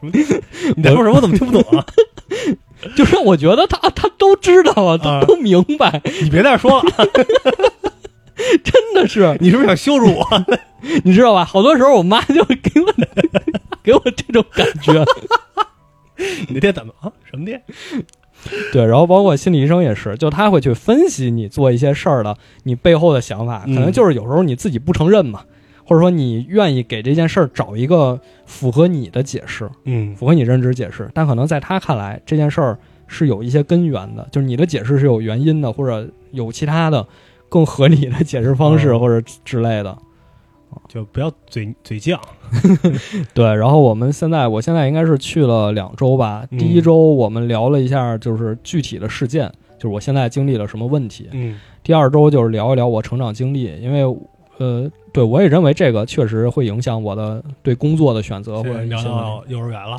S3: 你在说 什么？我怎么听不懂啊？
S2: 就让我觉得他他都知道啊，他
S3: 啊
S2: 都明白，
S3: 你别再说 了，
S2: 真的是，
S3: 你是不是想羞辱我？
S2: 你知道吧？好多时候我妈就给我 给我这种感觉，
S3: 你的店怎么啊？什么店？
S2: 对，然后包括心理医生也是，就他会去分析你做一些事儿的你背后的想法，可
S3: 嗯
S2: 能就是有时候你自己不承认嘛，或者说你愿意给这件事儿找一个符合你的解释，
S3: 嗯
S2: 符合你认知解释，但可能在他看来这件事儿是有一些根源的，就是你的解释是有原因的，或者有其他的更合理的解释方式
S3: 哦
S2: 或者之类的。
S3: 就不要嘴嘴犟。
S2: 对，然后我们现在，我现在应该是去了两周吧。
S3: 嗯
S2: 第一周我们聊了一下，就是具体的事件，就是我现在经历了什么问题。
S3: 嗯
S2: 第二周就是聊一聊我成长经历，因为呃，对我也认为这个确实会影响我的对工作的选择或者一
S3: 聊
S2: 些问
S3: 到幼儿园了，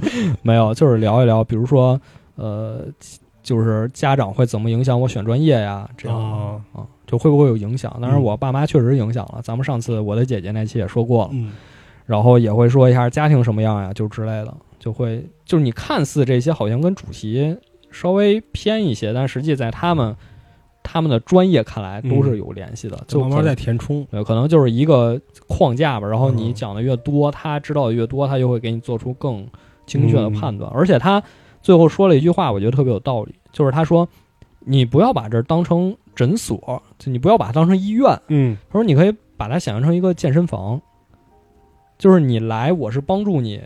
S2: 题没有，就是聊一聊，比如说呃，就是家长会怎么影响我选专业呀，这样。
S3: 哦
S2: 啊，就会不会有影响？当然，
S3: 嗯
S2: 我爸妈确实影响了。咱们上次我的姐姐那期也说过了，
S3: 嗯
S2: 然后也会说一下家庭什么样呀，就之类的，就会就是你看似这些好像跟主题稍微偏一些，但实际在他们他们的专业看来都是有联系的，
S3: 嗯就
S2: 就
S3: 慢慢在填充。
S2: 对，可能就是一个框架吧。然后你
S3: 嗯
S2: 讲的越多，他知道的越多，他就会给你做出更精确的
S3: 嗯
S2: 判断。而且他最后说了一句话，我觉得特别有道理，就是他说：“你不要把这儿当成诊所，就你不要把它当成医院。”
S3: 嗯
S2: 他说你可以把它想象成一个健身房，就是你来，我是帮助你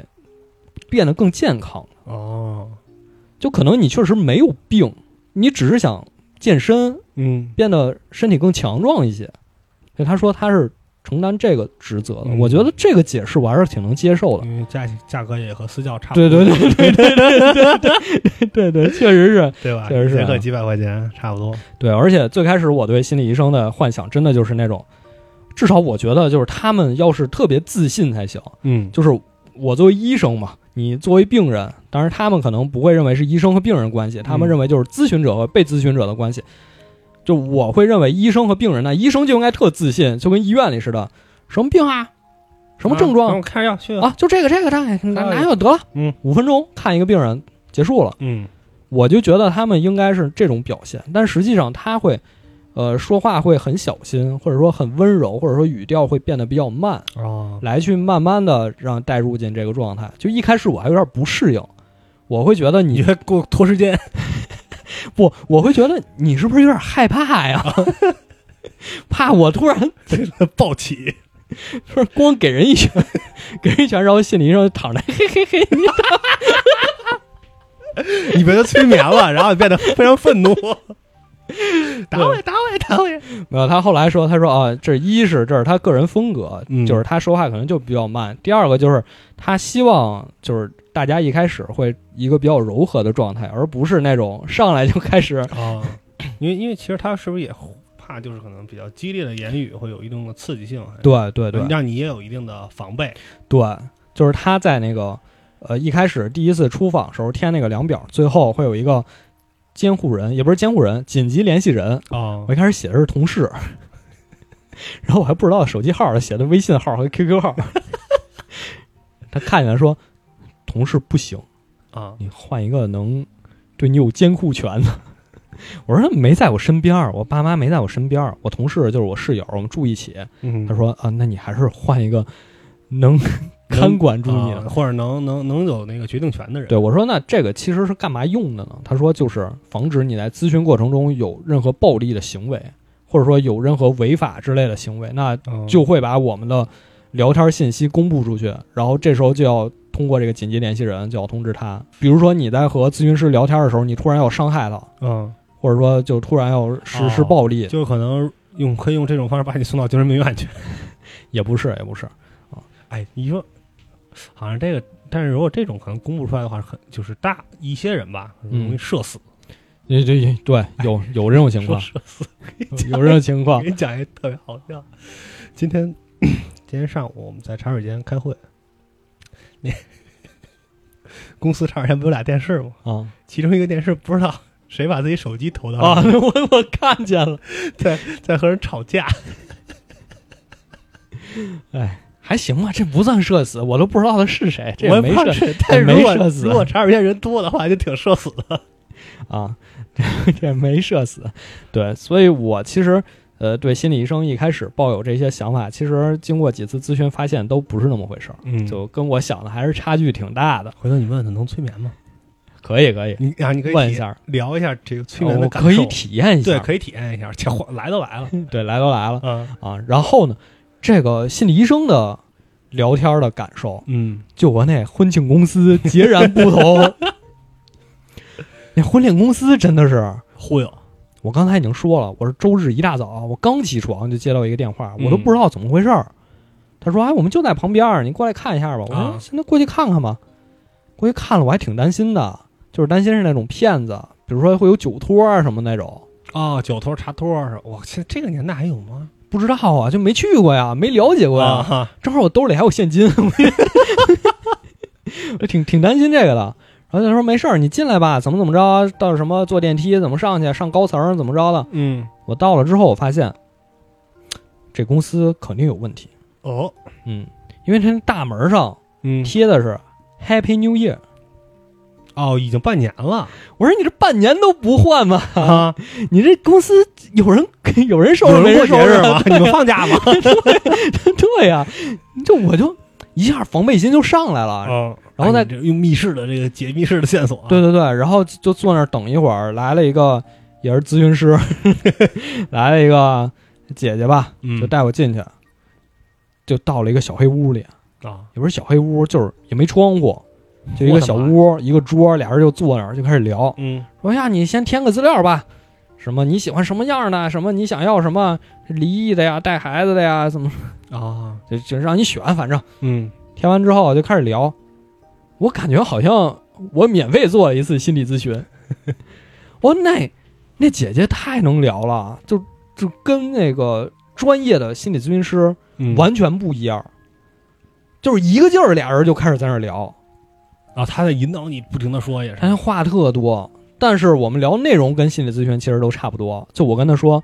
S2: 变得更健康。
S3: 哦
S2: 就可能你确实没有病，你只是想健身，
S3: 嗯
S2: 变得身体更强壮一些。所以他说他是承担这个职责的，
S3: 嗯
S2: 我觉得这个解释我还是挺能接受的。
S3: 因为价价格也和私教差不
S2: 对
S3: 多，
S2: 对对对对对对对对，确实是
S3: 对吧？
S2: 确
S3: 一
S2: 实是啊
S3: 节课几百块钱差不多。
S2: 对。而且最开始我对心理医生的幻想，真的就是那种，至少我觉得就是他们要是特别自信才行。
S3: 嗯
S2: 就是我作为医生嘛，你作为病人，当然他们可能不会认为是医生和病人关系，他
S3: 嗯
S2: 们认为就是咨询者和被咨询者的关系。就我会认为医生和病人呢，医生就应该特自信，就跟医院里似的，什么病啊，什么
S3: 让
S2: 症状
S3: 我看药去
S2: 啊，就这个这个这个，拿拿药得了，
S3: 嗯，
S2: 五分钟看一个病人结束了。
S3: 嗯
S2: 我就觉得他们应该是这种表现，但实际上他会，呃，说话会很小心，或者说很温柔，或者说语调会变得比较慢。
S3: 哦
S2: 来去慢慢的让带入进这个状态。就一开始我还有点不适应，我会觉得
S3: 你
S2: 你
S3: 觉得给我拖时间？
S2: 不，我会觉得你是不是有点害怕呀？ 怕我突然
S3: 暴起，
S2: 说光给人一拳， 给人一拳，然后心理医生就躺着，嘿嘿嘿，你
S3: 你被他催眠了，然后你变得非常愤怒。 打我打我打我！
S2: 没有，他后来说，他说啊，这一是这是他个人风格，
S3: 嗯
S2: 就是他说话可能就比较慢。第二个就是他希望就是大家一开始会一个比较柔和的状态，而不是那种上来就开始
S3: 啊，因为因为其实他是不是也怕就是可能比较激烈的言语会有一定的刺激性，还是
S2: 对对对
S3: 让你也有一定的防备。
S2: 对，就是他在那个呃一开始第一次出访时候填那个量表，最后会有一个监护人，也不是监护人，紧急联系人。
S3: 哦
S2: 我一开始写的是同事， 然后我还不知道手机号，写的微信号和 QQ 号。 他看见了说：“同事不行，
S3: 啊，
S2: 你换一个能对你有监护权的。” 我说：“没在我身边儿，我爸妈没在我身边儿，我同事就是我室友，我们住一起。”
S3: 嗯
S2: 他说：“啊，那你还是换一个能看管住你的。
S3: 啊或者能能能有那个决定权的人。
S2: 对我说：“那这个其实是干嘛用的呢？”他说：“就是防止你在咨询过程中有任何暴力的行为，或者说有任何违法之类的行为，那
S3: 哦，
S2: 就会把我们的聊天信息公布出去。然后这时候就要通过这个紧急联系人，就要通知他。比如说你在和咨询师聊天的时候，你突然要伤害到，
S3: 嗯，
S2: 或者说就突然要实施
S3: 哦
S2: 暴力，
S3: 就可能用可以用这种方式把你送到精神病院去。
S2: 也不是，也不是。
S3: 哎，你说，好像这个，但是如果这种可能公布出来的话，很就是大一些人吧，容
S2: 嗯
S3: 易社死。
S2: 对对对，有有这种情
S3: 哎说
S2: 况，
S3: 社死，
S2: 有这种情况
S3: 给。你讲一个特别好笑。今天 今天上午我们在茶水间开会，那 公司茶水间不有俩电视吗？
S2: 啊
S3: 其中一个电视不知道谁把自己手机投到
S2: 啊！
S3: 了，
S2: 我我看见了，
S3: 在和人吵架。
S2: 还行吧，这不算社死，我都不知道他是谁，这
S3: 我也
S2: 也没
S3: 不知道
S2: 社
S3: 是，但是
S2: 没啊
S3: 如果
S2: 社死
S3: 如果茶水间人多的话，就挺社死的。
S2: 啊，这这没社死。对，所以我其实呃对心理医生一开始抱有这些想法，其实经过几次咨询发现都不是那么回事儿，
S3: 嗯
S2: 就跟我想的还是差距挺大的。
S3: 回头你问问他能催眠吗？
S2: 可以可以，
S3: 你啊，你可以
S2: 问
S3: 体
S2: 一下，哦
S3: 聊一下这个催眠
S2: 我
S3: 的感受，
S2: 可以体验一下，
S3: 对，可以体验一下。 这话来都来了，
S2: 对来都来了
S3: 嗯
S2: 啊。然后呢，这个心理医生的聊天的感受
S3: 嗯，
S2: 就和那婚庆公司截然不同。 那婚恋公司真的是，
S3: 忽悠
S2: 我刚才已经说了，我是周日一大早，我刚起床就接到一个电话，
S3: 嗯
S2: 我都不知道怎么回事儿。他说：“哎，我们就在旁边儿，你过来看一下吧。”我说哎
S3: 啊：“
S2: 现在过去看看吧。”过去看了，我还挺担心的，就是担心是那种骗子，比如说会有酒托啊什么那种，
S3: 啊，酒托茶托是吧，我现在这个年代还有吗？
S2: 不知道啊，就没去过呀，没了解过呀。
S3: 啊，
S2: 正好我兜里还有现金，我就我挺挺担心这个的。然后他说没事儿，你进来吧，怎么怎么着，啊到什么坐电梯，怎么上去，上高层儿怎么着的。
S3: 嗯，
S2: 我到了之后，我发现这公司肯定有问题，
S3: 哦，
S2: 嗯，因为它大门上
S3: 嗯，
S2: 贴的是 Happy New Year。
S3: 哦，已经半年了
S2: 我说你这半年都不换吗？
S3: 啊，
S2: 你这公司有人有人收
S3: 有
S2: 拾没
S3: 人过节
S2: 收拾
S3: 日吗？ 你们放假吗？
S2: 对呀、就我就一下防备心就上来了，
S3: 嗯，
S2: 然后再
S3: 哎你这用密室的这个解密室的线索，啊
S2: 对，对对，然后就坐那儿等一会儿，来了一个也是咨询师， 来了一个姐姐吧，
S3: 嗯
S2: 就带我进去，就到了一个小黑屋里，
S3: 啊，
S2: 也不是小黑屋，就是也没窗户，就一个小屋，一个桌，俩人就坐那儿就开始聊，
S3: 嗯，
S2: 说哎呀，你先填个资料吧。什么你喜欢什么样的？什么你想要什么离异的呀？带孩子的呀？怎么
S3: 啊，
S2: 就就让你选？反正
S3: 嗯，
S2: 填完之后就开始聊，我感觉好像我免费做了一次心理咨询。我说那那姐姐太能聊了，就就跟那个专业的心理咨询师
S3: 嗯
S2: 完全不一样，就是一个劲儿俩人就开始在那儿聊，
S3: 啊，他在引导你不停的说也是，
S2: 他话特多，但是我们聊内容跟心理咨询其实都差不多。就我跟他说，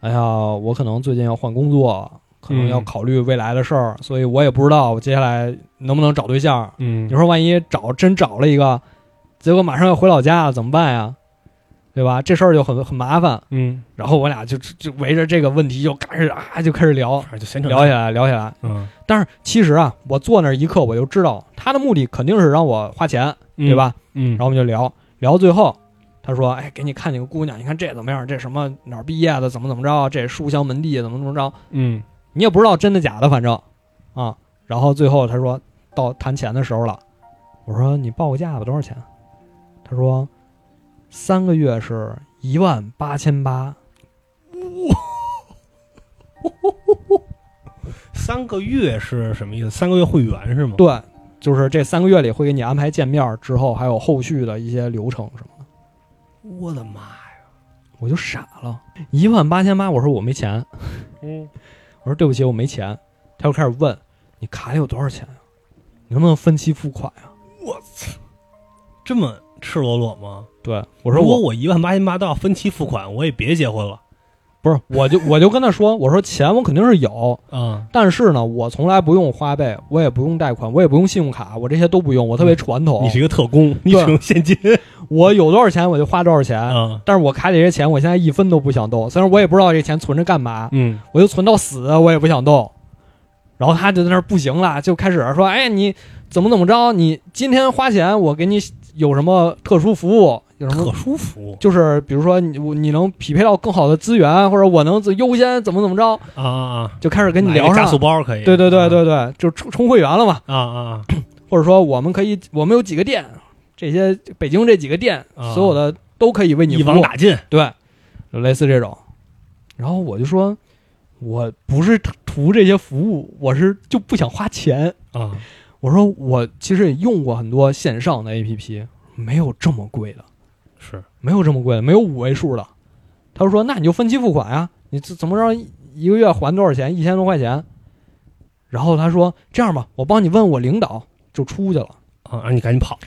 S2: 哎呀，我可能最近要换工作。可能要
S3: 嗯
S2: 考虑未来的事儿，所以我也不知道我接下来能不能找对象，
S3: 嗯
S2: 你，说万一找真找了一个，结果马上要回老家了，怎么办呀？对吧？这事儿就很很麻烦。
S3: 嗯，
S2: 然后我俩就就就围着这个问题就开始啊，就开始聊
S3: 反正就闲扯
S2: 聊起，来，聊起来。
S3: 嗯，
S2: 但是其实啊，我坐那儿一刻我就知道他的目的肯定是让我花钱，对吧？
S3: 嗯？嗯，
S2: 然后我们就聊聊，到最后他说：“哎，给你看几个姑娘，你看这怎么样？这什么哪儿毕业的？怎么怎么着？这书香门第怎么怎么着？
S3: 嗯，
S2: 你也不知道真的假的，反正啊。然后最后他说到谈钱的时候了，我说你报个价吧，多少钱？他说三个月是一万八千八，
S3: 三个月是什么意思？三个月会员是吗？
S2: 对，就是这三个月里会给你安排见面儿，之后还有后续的一些流程什么的。
S3: 我的妈呀！
S2: 我就傻了，一万八千八，我说我没钱，
S3: 嗯，
S2: 我说对不起，我没钱。他又开始问你卡里有多少钱啊？你能不能分期付款啊？
S3: 这么赤裸裸吗？
S2: 对我
S3: 我
S2: 说
S3: 如果
S2: 我
S3: 我一万八千八都要分期付款，我也别结婚了
S2: 不是，我就我就跟他说，我说钱我肯定是有，
S3: 啊！
S2: 但是呢，我从来不用花呗，我也不用贷款，我也不用信用卡，我这些都不用，我特别传统。
S3: 嗯你是一个特工，你使用现金
S2: 我有多少钱我就花多少钱，
S3: 啊？
S2: 但是我卡里这些钱我现在一分都不想动，虽然我也不知道这钱存着干嘛，
S3: 嗯，
S2: 我就存到死我也不想动。然后他就在那儿不行了，就开始说：“哎，你怎么怎么着？你今天花钱，我给你有什么特殊服务？有什么
S3: 特殊服务
S2: 就是比如说你我你能匹配到更好的资源，或者我能优先怎么怎么着，
S3: 啊啊！
S2: 就开始跟你
S3: 买一
S2: 聊上
S3: 加速嗯
S2: 了。
S3: 包可以？
S2: 对对对对对，就充充会员了嘛，
S3: 啊啊！
S2: 或者说我们可以，我们有几个店，这些北京这几个店，
S3: 啊
S2: 所有的都可以为你
S3: 一
S2: 服
S3: 网
S2: 务，
S3: 打尽，
S2: 对，就类似这种。然后我就说，我不是图这些服务，我是就不想花钱。
S3: 啊
S2: 我说我其实也用过很多线上的 APP，没有这么贵的。
S3: 是
S2: 没有这么贵的，没有五位数的。他就说：“那你就分期付款呀、你这怎么着一一个月还多少钱？一千多块钱。”然后他说：“这样吧，我帮你问我领导。”就出去了。
S3: 啊，让你赶紧跑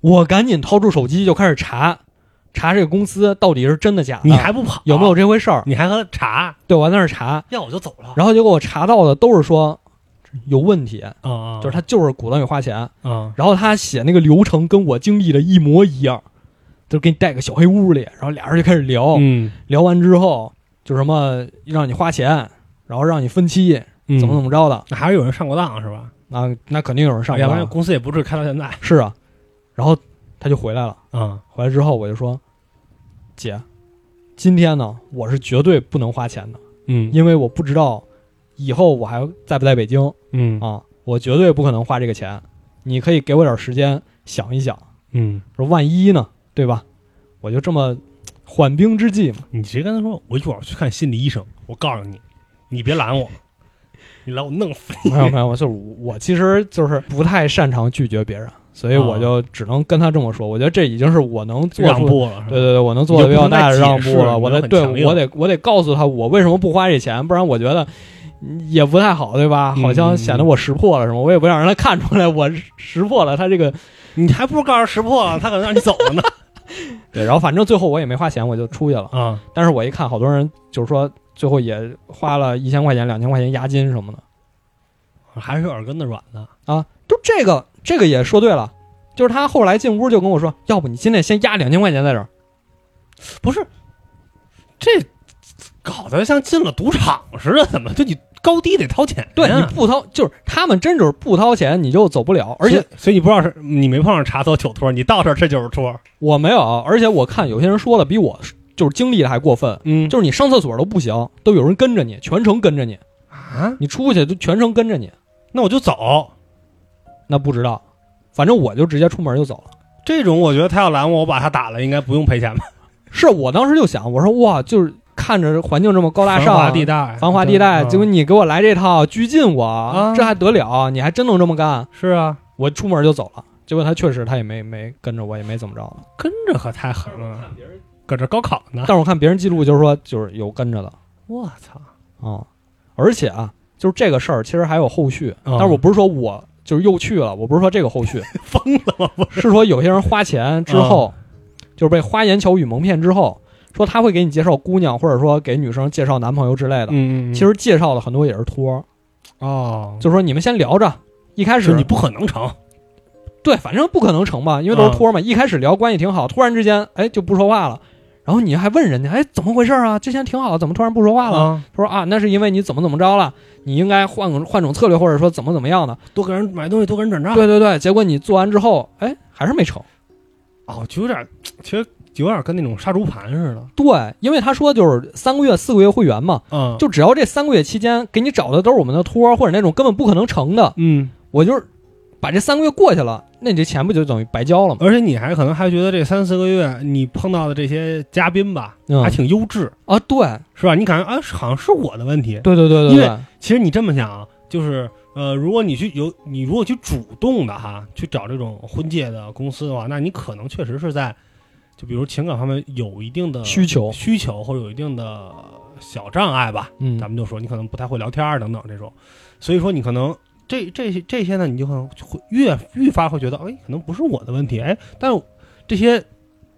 S2: 我赶紧掏出手机就开始查，查这个公司到底是真的假的，
S3: 你还不跑？
S2: 啊有没有？这回事儿？
S3: 你还和他查？
S2: 对，我还在那儿查，
S3: 要我就走了。
S2: 然后结果我查到的都是说有问题，
S3: 啊啊！
S2: 就是他就是鼓捣你花钱，
S3: 他啊，
S2: 然后他写那个流程跟我经历的一模一样，就给你带个小黑屋里，然后俩人就开始聊，
S3: 嗯，
S2: 聊完之后就什么让你花钱，然后让你分期，
S3: 嗯
S2: 怎么怎么着的，
S3: 那还是有人上过当是吧？
S2: 那那肯定有人上
S3: 要不
S2: 当
S3: 然
S2: 了。
S3: 公司也不至于开到现在
S2: 是啊，然后他就回来了。
S3: 啊。
S2: 回来之后我就说：“姐，今天呢，我是绝对不能花钱的，
S3: 嗯
S2: 因为我不知道以后我还在不在北京
S3: 嗯
S2: 啊，我绝对不可能花这个钱。你可以给我点时间想一想，
S3: 嗯，
S2: 说万一呢，对吧？我就这么缓兵之 计嘛。
S3: 你直接跟他说，我一会儿去看心理医生，我告诉你，你别拦我，你拦我弄死你。
S2: 没有没有，就是我其实就是不太擅长拒绝别人，所以我就只能跟他这么说。我觉得这已经是我能做
S3: 啊让
S2: 出，
S3: 步了，是吧
S2: 对对对，我能做的比较大的让步
S3: 你
S2: 了。
S3: 就不
S2: 我
S3: 能再解释
S2: 得对
S3: 你就很强硬
S2: 我得我得告诉他我为什么不花这钱，不然我觉得嗯也不太好，对吧？
S3: 嗯
S2: 好像显得我识破了什么，我也不想让他看出来我 识破了他这个。
S3: 你还不如告诉识破了，他可能让你走了 呢。
S2: 对，然后反正最后我也没花钱，我就出去了。
S3: 啊，
S2: 但是我一看，好多人就是说最后也花了一千块钱、两千块钱押金什么的。
S3: 啊还是有耳根子软的。
S2: 就这个，这个也说对了，就是他后来进屋就跟我说，要不你今天先压两千块钱在这儿，
S3: 不是，这搞得像进了赌场似的，怎么就你高低得掏钱啊呀？
S2: 对，你不掏，就是他们真就是不掏钱你就走不了，而且
S3: 所以所以你不知道是你没碰上茶托酒托，你到这儿这就是托。
S2: 我没有，而且我看有些人说了比我就是经历的还过分，
S3: 嗯
S2: 就是你上厕所都不行，都有人跟着你，全程跟着你，
S3: 啊，
S2: 你出去就全程跟着你，
S3: 那我就走。
S2: 那不知道，反正我就直接出门就走了。
S3: 这种我觉得他要拦我，我把他打了，应该不用赔钱吧？
S2: 是我当时就想，我说哇，就是看着环境这么高大
S3: 繁华
S2: 上，
S3: 啊地带，
S2: 繁华地带，
S3: 对嗯啊
S2: 结果你给我来这套拘禁我，这还得了？你还真能这么干？
S3: 是啊，
S2: 我出门就走了。结果他确实他也没没跟着我，也没怎么着的。
S3: 跟着可太狠了，搁这高考呢
S2: 但。是我看别人记录就是说，就是有跟着的啊、
S3: 我操，
S2: 嗯而且啊，就是这个事儿其实还有后续，
S3: 嗯
S2: 但是我不是说我就是又去了，我不是说这个后续，
S3: 疯了吗？不啊
S2: 是说有些人花钱之后，就是被花言巧语蒙骗之后，说他会给你介绍姑娘，或者说给女生介绍男朋友之类的。
S3: 嗯
S2: 其实介绍的很多也是托儿，
S3: 哦，
S2: 就是说你们先聊着，一开
S3: 就
S2: 始
S3: 哦你不可能成
S2: 对，反正不可能成嘛，因为
S3: 啊
S2: 都是托嘛。一开始聊关系挺好，突然之间，哎，就不说话了。然后你还问人家，哎，怎么回事啊？之前挺好，怎么突然不说话了？
S3: 啊，
S2: 他说啊，那是因为你怎么怎么着了，你应该换个换种策略，或者说怎么怎么样的。
S3: 多给人买东西，多给人转账。
S2: 对对对，结果你做完之后，哎，还是没成。
S3: 哦，就有点，其实有点跟那种杀猪盘似的。
S2: 对，因为他说就是三个月、四个月会员嘛，
S3: 嗯，
S2: 就只要这三个月期间给你找的都是我们的托，或者那种根本不可能成的，
S3: 嗯，
S2: 我就是把这三个月过去了，那你这钱不就等于白交了吗？
S3: 而且你还可能还觉得这三四个月你碰到的这些嘉宾吧，
S2: 嗯
S3: 还挺优质，
S2: 啊，对，
S3: 是吧？你感觉啊，是好像是我的问题。
S2: 对对对对
S3: 因为
S2: 对，
S3: 其实你这么想啊，就是呃，如果你去有你如果去主动的哈，去找这种婚介的公司的话，那你可能确实是在就比如情感方面有一定的
S2: 需求，
S3: 需求或者有一定的小障碍吧，
S2: 嗯
S3: 咱，们就说你可能不太会聊天儿等等这种，所以说你可能这这些这些呢，你就可能会越愈发会觉得，哎，可能不是我的问题，哎，但是这些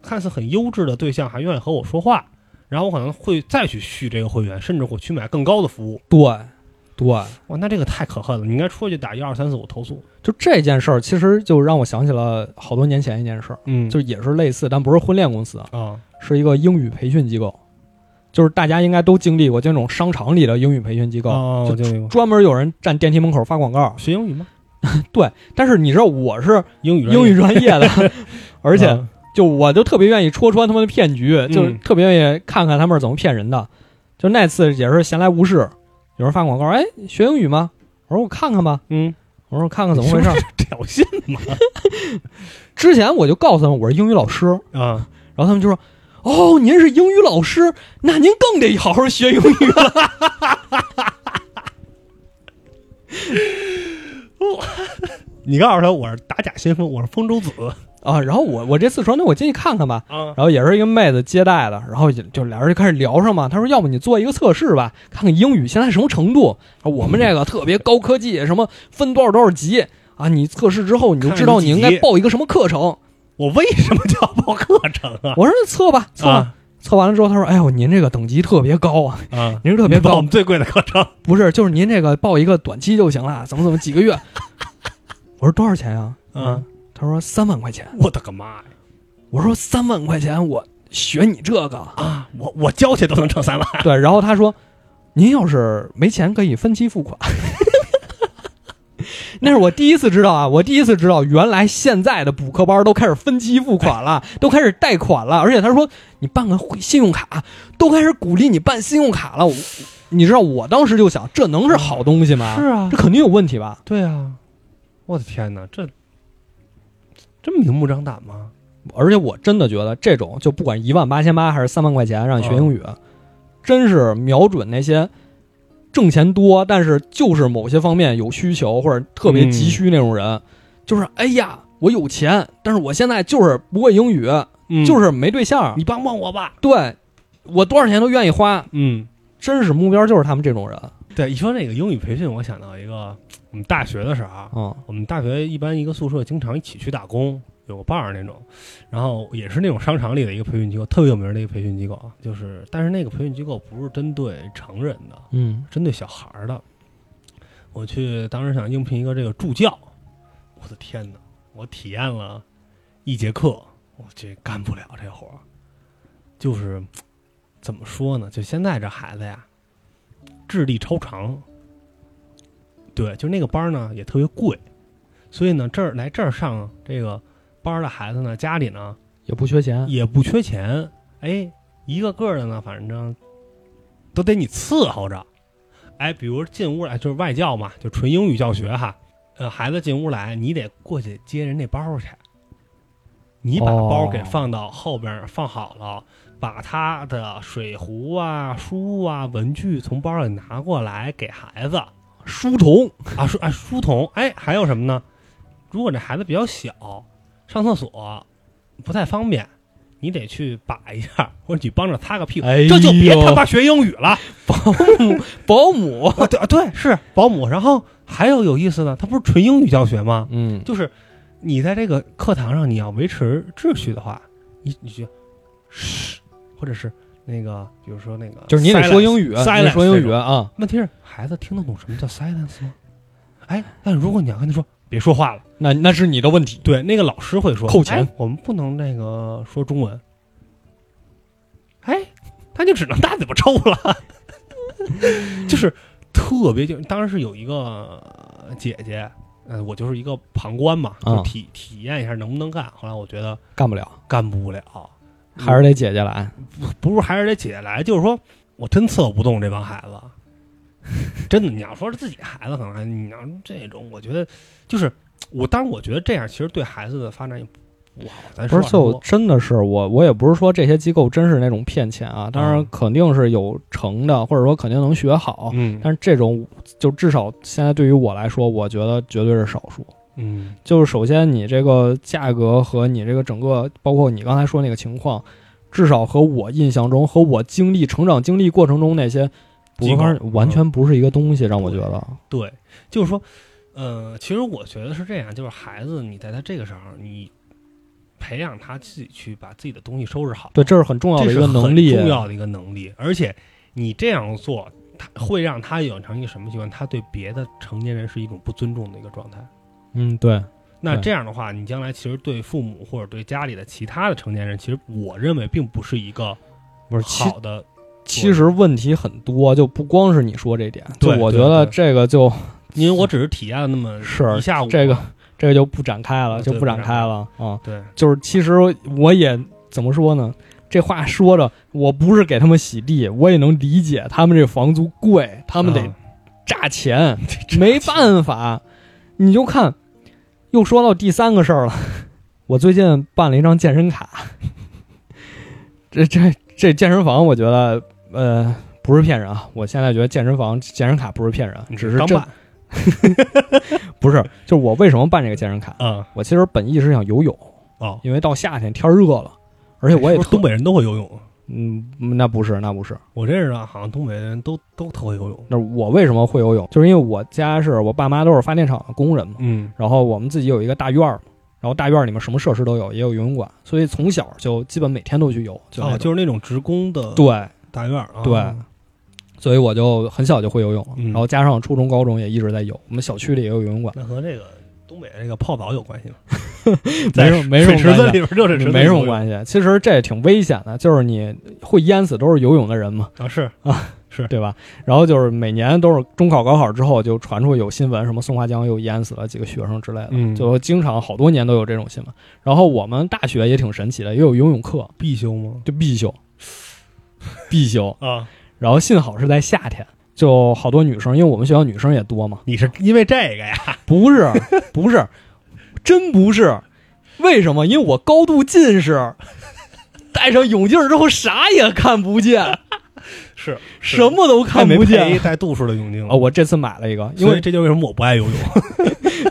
S3: 看似很优质的对象还愿意和我说话，然后我可能会再去续这个会员，甚至我去买更高的服务，
S2: 对对，
S3: 哇，那这个太可恨了，你应该出去打一二三四五投诉，
S2: 就这件事儿，其实就让我想起了好多年前一件事儿，
S3: 嗯
S2: 就也是类似，但不是婚恋公司啊，
S3: 啊，
S2: 是一个英语培训机构，就是大家应该都经历过这种商场里的英语培训机构，
S3: 哦，
S2: 就
S3: 我就有
S2: 专门有人站电梯门口发广告。
S3: 学英语吗？
S2: 对，但是你知道我是
S3: 英语专业
S2: 英语专业的， 而且
S3: 啊
S2: 就我就特别愿意戳穿他们的骗局，就是特别愿意看看他们是怎么骗人的。就那次也是闲来无事，有人发广告，哎，学英语吗？我说我看看吧，
S3: 嗯，
S2: 我说我看看怎么回事
S3: 你。挑 衅嘛
S2: 之前我就告诉他们我是英语老师，
S3: 啊，
S2: 然后他们就说：“哦，您是英语老师，那您更得好好学英语了。
S3: 你告诉他我是打假新闻，我是风州子”
S2: 啊，然后我我这次说：“那我进去看看吧。”
S3: 啊，
S2: 然后也是一个妹子接待的，然后就就俩人就开始聊上嘛。他说：“要不你做一个测试吧，看看英语现在什么程度。我们这个特别高科技，什么分多少多少级啊？你测试之后你就知道你应该报一个什么课程。
S3: 我为什么就要报课程啊？”
S2: 我说：“测吧，测吧。
S3: 啊
S2: 测完了之后，他说：“哎呦，您这个等级特别高啊，
S3: 啊，
S2: 您是特别
S3: 报
S2: 高
S3: 我，们最贵的课程，
S2: 不是，就是您这个报一个短期就行了，怎么怎么几个月。我说多少钱呀、
S3: 嗯，
S2: 他说三万块钱。
S3: 我的个妈呀！
S2: 我说三万块钱，我学你这个。
S3: 啊，我我交去都能挣三万，
S2: 对，然后他说，您要是没钱可以分期付款。 那是我第一次知道啊，我第一次知道原来现在的补课班都开始分期付款了，都开始贷款了，而且他说你办个信用卡，都开始鼓励你办信用卡了。我你知道我当时就想，这能是好东西吗？
S3: 啊
S2: 这，肯定有问题吧？
S3: 对啊，我的天哪，这这明目张胆吗？
S2: 而且我真的觉得这种就不管一万八千八还是三万块钱让你学英语，真是瞄准那些挣钱多，但是就是某些方面有需求或者特别急需那种人，就是哎呀，我有钱，但是我现在就是不会英语，
S3: 嗯
S2: 就是是没对象，
S3: 你帮帮我吧，
S2: 对我多少钱都愿意花，
S3: 嗯，
S2: 真是目标就是他们这种人，
S3: 对，一说那个英语培训，我想到一个，我们大学的时候啊，
S2: 嗯
S3: 我们大学一般一个宿舍经常一起去打工，有个伴儿那种，然后也是那种商场里的一个培训机构，特别有名的一个培训机构啊，就是但是那个培训机构不是针对成人的，
S2: 嗯
S3: 针对小孩儿的。我去当时想应聘一个这个助教，我的天哪！我体验了一节课，我这干不了这活儿。就是怎么说呢？就现在这孩子呀，智力超常。对，就那个班儿呢也特别贵，所以呢这儿来这儿上这个班儿的孩子呢，家里呢
S2: 也不缺钱，
S3: 也不缺钱，哎，一个个的呢，反正都得你伺候着。哎，比如进屋来就是外教嘛，就纯英语教学哈。呃，孩子进屋来，你得过去接人那包去，你把包给
S2: 哦
S3: 放到后边儿放好了，把他的水壶啊、书啊、文具从包里拿过来给孩子。
S2: 书 童
S3: 啊，书啊书童，哎，还有什么呢？如果这孩子比较小，上厕所不太方便，你得去把一下，或者你帮着擦个屁股，
S2: 哎呦
S3: 这就别他妈学英语 了。
S2: 保姆，
S3: 啊对啊，对，是保姆。然后还有有意思的，它不是纯英语教学吗？
S2: 嗯
S3: 就是你在这个课堂上，你要维持秩序的话，你你就嘘，或者是那个，比如说那个，
S2: 就是你得说英语，你
S3: silence
S2: 得说英
S3: 这
S2: 语
S3: 种
S2: 啊，
S3: 问题是，孩子听得懂什么叫 silence 吗？哎，但如果你要跟他说别说话了。
S2: 那那是你的问题，
S3: 对，那个老师会说
S2: 扣钱
S3: 哎我们不能那个说中文。哎，他就只能大嘴巴抽了， 就是特别就当时有一个呃姐姐，呃，我就是一个旁观嘛，
S2: 啊
S3: 就体体验一下能不能干。后来我觉得
S2: 干不了，
S3: 干不了，
S2: 还是得姐姐
S3: 嗯
S2: 来。
S3: 不是还是得姐姐来，就是说我真伺候不动这帮孩子。 真的，你要说是自己孩子，可能还你要这种，我觉得就是我当然我觉得这样其实对孩子的发展也不好，咱
S2: 不
S3: 说
S2: 是，就
S3: 多
S2: 真的是我，我也不是说这些机构真是那种骗钱啊，当然
S3: 嗯
S2: 肯定是有成的，或者说肯定能学好，
S3: 嗯
S2: 但是这种就至少现在对于我来说，我觉得绝对是少数。
S3: 嗯
S2: 就是首先你这个价格和你这个整个，包括你刚才说那个情况，至少和我印象中和我经历成长经历过程中那些补习班
S3: 机构嗯
S2: 完全不是一个东西，让我觉得，
S3: 对，就是说，呃，其实我觉得是这样，就是孩子你在他这个时候，你培养他自己去把自己的东西收拾好，
S2: 对，这是很重要
S3: 这
S2: 的一
S3: 是
S2: 个
S3: 很
S2: 能力，
S3: 重要的一个能力。而且你这样做，他会让他养成一个什么习惯？他对别的成年人是一种不尊重的一个状态。
S2: 嗯，对，
S3: 那
S2: 对
S3: 这样的话，你将来其实对父母或者对家里的其他的成年人，其实我认为并不是一个
S2: 不是其
S3: 好的。
S2: 其实问题很多，就不光是你说这点，就
S3: 对
S2: 我觉
S3: 对
S2: 得
S3: 对
S2: 这个就
S3: 因为我只是体验了那么
S2: 是
S3: 一下午，
S2: 这个这个就不展开了，
S3: 对
S2: 就不展
S3: 不展
S2: 开
S3: 开
S2: 了啊、
S3: 对
S2: 就是其实我也怎么说呢？这话说着，我不是给他们洗地，我也能理解他们这房租贵，他们得
S3: 嗯
S2: 榨 钱，没办法。你就看，又说到第三个事儿了。 我最近办了一张健身卡， 这这这健身房，我觉得呃不是骗人啊。我现在觉得健身房健身卡不是骗人，啊
S3: 你
S2: 只是
S3: 刚
S2: 这
S3: 办
S2: 不是就是我为什么办这个健身卡？
S3: 啊
S2: 我其实本意是想游泳，
S3: 哦，
S2: 因为到夏天天儿热了，而且我也
S3: 是不是
S2: 特
S3: 东北人都会游泳，啊
S2: 嗯，那不是，那不是。
S3: 我认识的好像东北人都都特会游泳。
S2: 那我为什么会游泳？就是因为我家是我爸妈都是发电厂的工人嘛，
S3: 嗯
S2: 然后我们自己有一个大院儿嘛，然后大院儿里面什么设施都有，也有游泳馆，所以从小就基本每天都去游，就那
S3: 哦，
S2: 种、
S3: 就是那种职工的
S2: 对，
S3: 大院儿啊，
S2: 对所以我就很小就会游泳了，
S3: 嗯
S2: 然后加上初中、高中也一直在游。我们小区里也有游泳馆，
S3: 那和这个东北这个泡澡有关系 吗？
S2: 没什么没什
S3: 水
S2: 么
S3: 池子
S2: 关系啊
S3: 里边热水池子
S2: 没什么
S3: 系
S2: 关系。其实这也挺危险的，就是你会淹死都是游泳的人嘛。
S3: 啊，是
S2: 对吧？然后就是每年都是中考、高考之后就传出有新闻，什么松花江又淹死了几个学生之类的，
S3: 嗯
S2: 就经常好多年都有这种新闻。然后我们大学也挺神奇的，也有游泳课，
S3: 必修吗？
S2: 就必修，必修。
S3: 啊，
S2: 然后幸好是在夏天，就好多女生，因为我们学校女生也多嘛，
S3: 你是因为这个呀？
S2: 不是，不是，真不是。为什么？因为我高度近视，戴上泳镜之后啥也看不见，
S3: 是
S2: 什么都看不见。
S3: 带度数的泳镜
S2: 啊、我这次买了一个，因
S3: 因
S2: 为
S3: 为这就为什么我不爱游泳，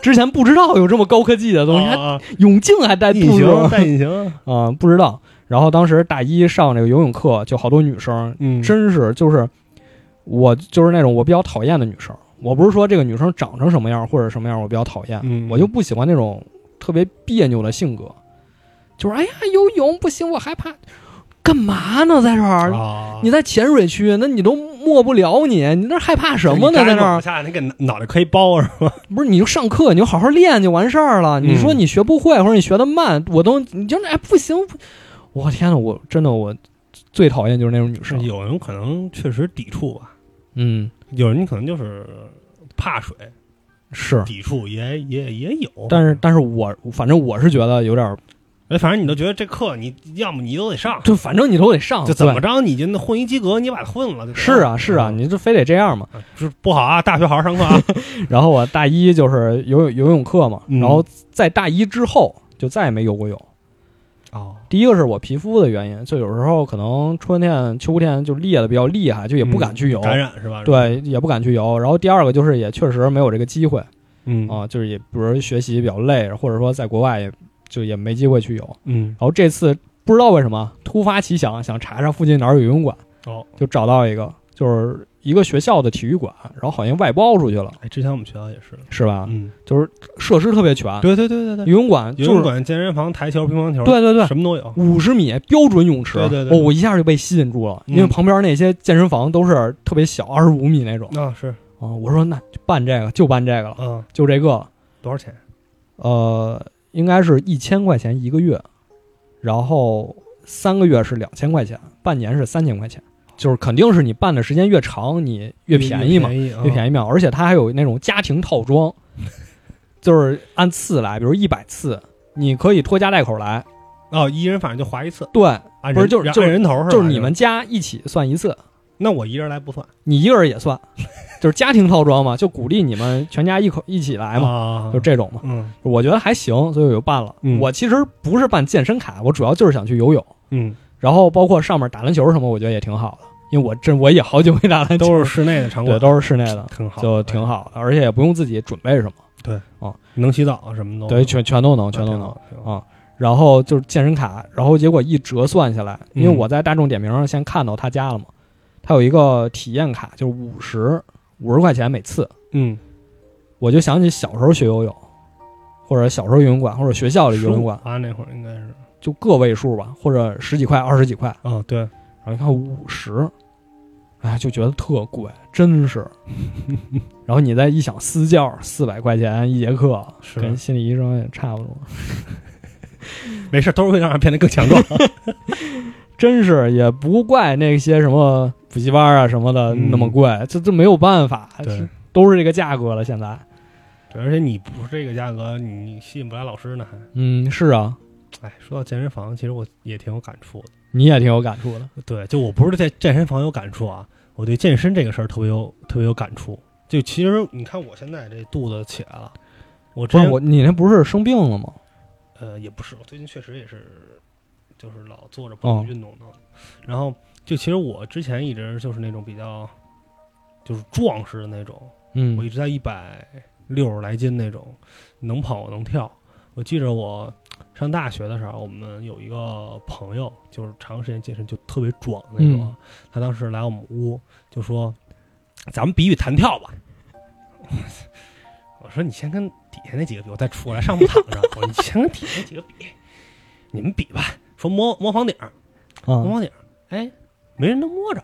S2: 之前不知道有这么高科技的东西，还
S3: 啊
S2: 泳镜还带
S3: 隐
S2: 肚子
S3: 形
S2: 啊、
S3: 带隐 形，
S2: 嗯不知道。然后当时大一上这个游泳课，就好多女生，
S3: 嗯
S2: 真是就是我就是那种我比较讨厌的女生。我不是说这个女生长成什么样或者什么样，我比较讨厌，
S3: 嗯
S2: 我就不喜欢那种特别别扭的性格，就是哎呀游泳不行，我害怕，干嘛呢在这儿？
S3: 啊
S2: 你在浅水区，那你都没不了你，你那害怕什么呢？在那儿
S3: 往下那个脑袋可以包是吧？
S2: 不是，你就上课，你就好好练就完事儿了。你说
S3: 嗯
S2: 你学不会，或者你学的慢，我都你就哎不行，不我天呐，我真的我最讨厌就是那种女
S3: 是
S2: 生，
S3: 有人可能确实抵触吧，
S2: 嗯，
S3: 有人可能就是怕水，
S2: 是，
S3: 抵触也也也有，
S2: 但是但是我反正我是觉得有点儿，
S3: 哎，反正你都觉得这课你要么你都得上，
S2: 就反正你都得上，
S3: 就怎么
S2: 哦对
S3: 着哦你就那混一及格，你把它混了。嗯
S2: 是啊是啊，，你就非得这样嘛。
S3: 是不好啊，大学好好上课 啊。
S2: 然后我大一就是游泳游泳课嘛，
S3: 嗯
S2: 然后在大一之后就再也没游过泳。
S3: 哦，
S2: 第一个是我皮肤的原因，就有时候可能春天、秋天就裂的比较厉害，就也不敢去游，
S3: 嗯感染是吧？，
S2: 对，也不敢去游。然后第二个就是也确实没有这个机会
S3: 嗯
S2: 啊，就是也比如学习比较累，或者说在国外也就也没机会去游。
S3: 嗯
S2: 然后这次不知道为什么突发奇想，想查查附近哪儿有游泳馆，
S3: 哦，
S2: 就找到一个，就是一个学校的体育馆，然后好像外包出去了，
S3: 哎，之前我们学校也是，
S2: 是吧？
S3: 嗯，
S2: 就是设施特别全，
S3: 对对对对对，
S2: 游泳馆
S3: 游
S2: 啊就
S3: 泳
S2: 是
S3: 馆、健身房、台球、乒乓球，
S2: 对对对。
S3: 什么都有。
S2: 五十米标准泳池，
S3: 对对对
S2: 哦，我一下就被吸引住了，因为
S3: 嗯
S2: 旁边那些健身房都是特别小，二十五米那种
S3: 啊，是
S2: 啊、我说那就办这个，就办这个了，
S3: 啊，
S2: 就这个了。
S3: 多少钱？
S2: 呃，应该是一千块钱一个月，然后三个月是两千块钱，半年是三千块钱，就是肯定是你办的时间越长，你越便宜嘛，
S3: 便宜啊，
S2: 越便宜嘛。而且它还有那种家庭套装，就是按次来，比如一百次，你可以拖家带口来，
S3: 哦，一人反正就划一次，
S2: 对，
S3: 按
S2: 不是
S3: 人
S2: 就是
S3: 按
S2: 就是
S3: 人头是吧？
S2: 就是你们家一起算一次，
S3: 那我一人来不算
S2: 你一个人也算，就是家庭套装嘛，就鼓励你们全家一口一起来嘛，
S3: 嘛
S2: 就，这种嘛。
S3: 嗯
S2: 我觉得还行，所以我就办了。
S3: 嗯
S2: 我其实不是办健身卡，我主要就是想去游泳，
S3: 嗯，
S2: 然后包括上面打篮球什么，我觉得也挺好的，因为我这我也好久没打篮球，
S3: 都是室内的场馆，
S2: 对都是室内的，
S3: 挺好，
S2: 就挺好的，而且也不用自己准备什么，
S3: 对，能洗澡什么的，
S2: 对，全全都能，全都能。啊然后就是健身卡，然后结果一折算下来，因为
S3: 嗯
S2: 我在大众点评上先看到他家了嘛，他有一个体验卡，就是五十五十块钱每次，
S3: 嗯，
S2: 我就想起小时候学游泳，或者小时候游泳馆，或者学校里游泳馆，
S3: 啊，那会儿应该是
S2: 就个位数吧，或者十几块、二十几块，
S3: 啊，对，
S2: 然后一看五十，哎，就觉得特贵，真是。 然后你再一想私教四百块钱一节课，
S3: 是
S2: 跟心理医生也差不多，
S3: 没事，都是会让人变得更强壮。
S2: 真是也不怪那些什么补习班啊什么的
S3: 嗯
S2: 那么贵，这这没有办法，
S3: 对
S2: 这都是这个价格了。现在，
S3: 对，而且你不是这个价格，你吸引不来老师呢，还。
S2: 嗯，是啊，
S3: 哎，说到健身房，其实我也挺有感触的。
S2: 你也挺有感触的，
S3: 对，就我不是对健身房有感触啊，我对健身这个事儿特别有特别有感触。就其实你看我现在这肚子起来了，我之
S2: 不是
S3: 前
S2: 我，你那不是生病了吗？
S3: 呃也不是，我最近确实也是，就是老坐着不
S2: 哦
S3: 能运动的。然后就其实我之前一直就是那种比较就是壮实的那种，我一
S2: 嗯
S3: 直在一百六十来斤那种，能跑能跳。我记着我上大学的时候，我们有一个朋友，就是长时间健身就特别壮那种啊。他当时来我们屋就说：“咱们比比弹跳吧。” 我说：“你先跟底下那几个比，我再出来上 铺躺着。”我说：“你先跟底下那几个比，你们比吧。”说摸摸房顶儿，
S2: 啊
S3: 摸房顶儿，哎，没人能摸着。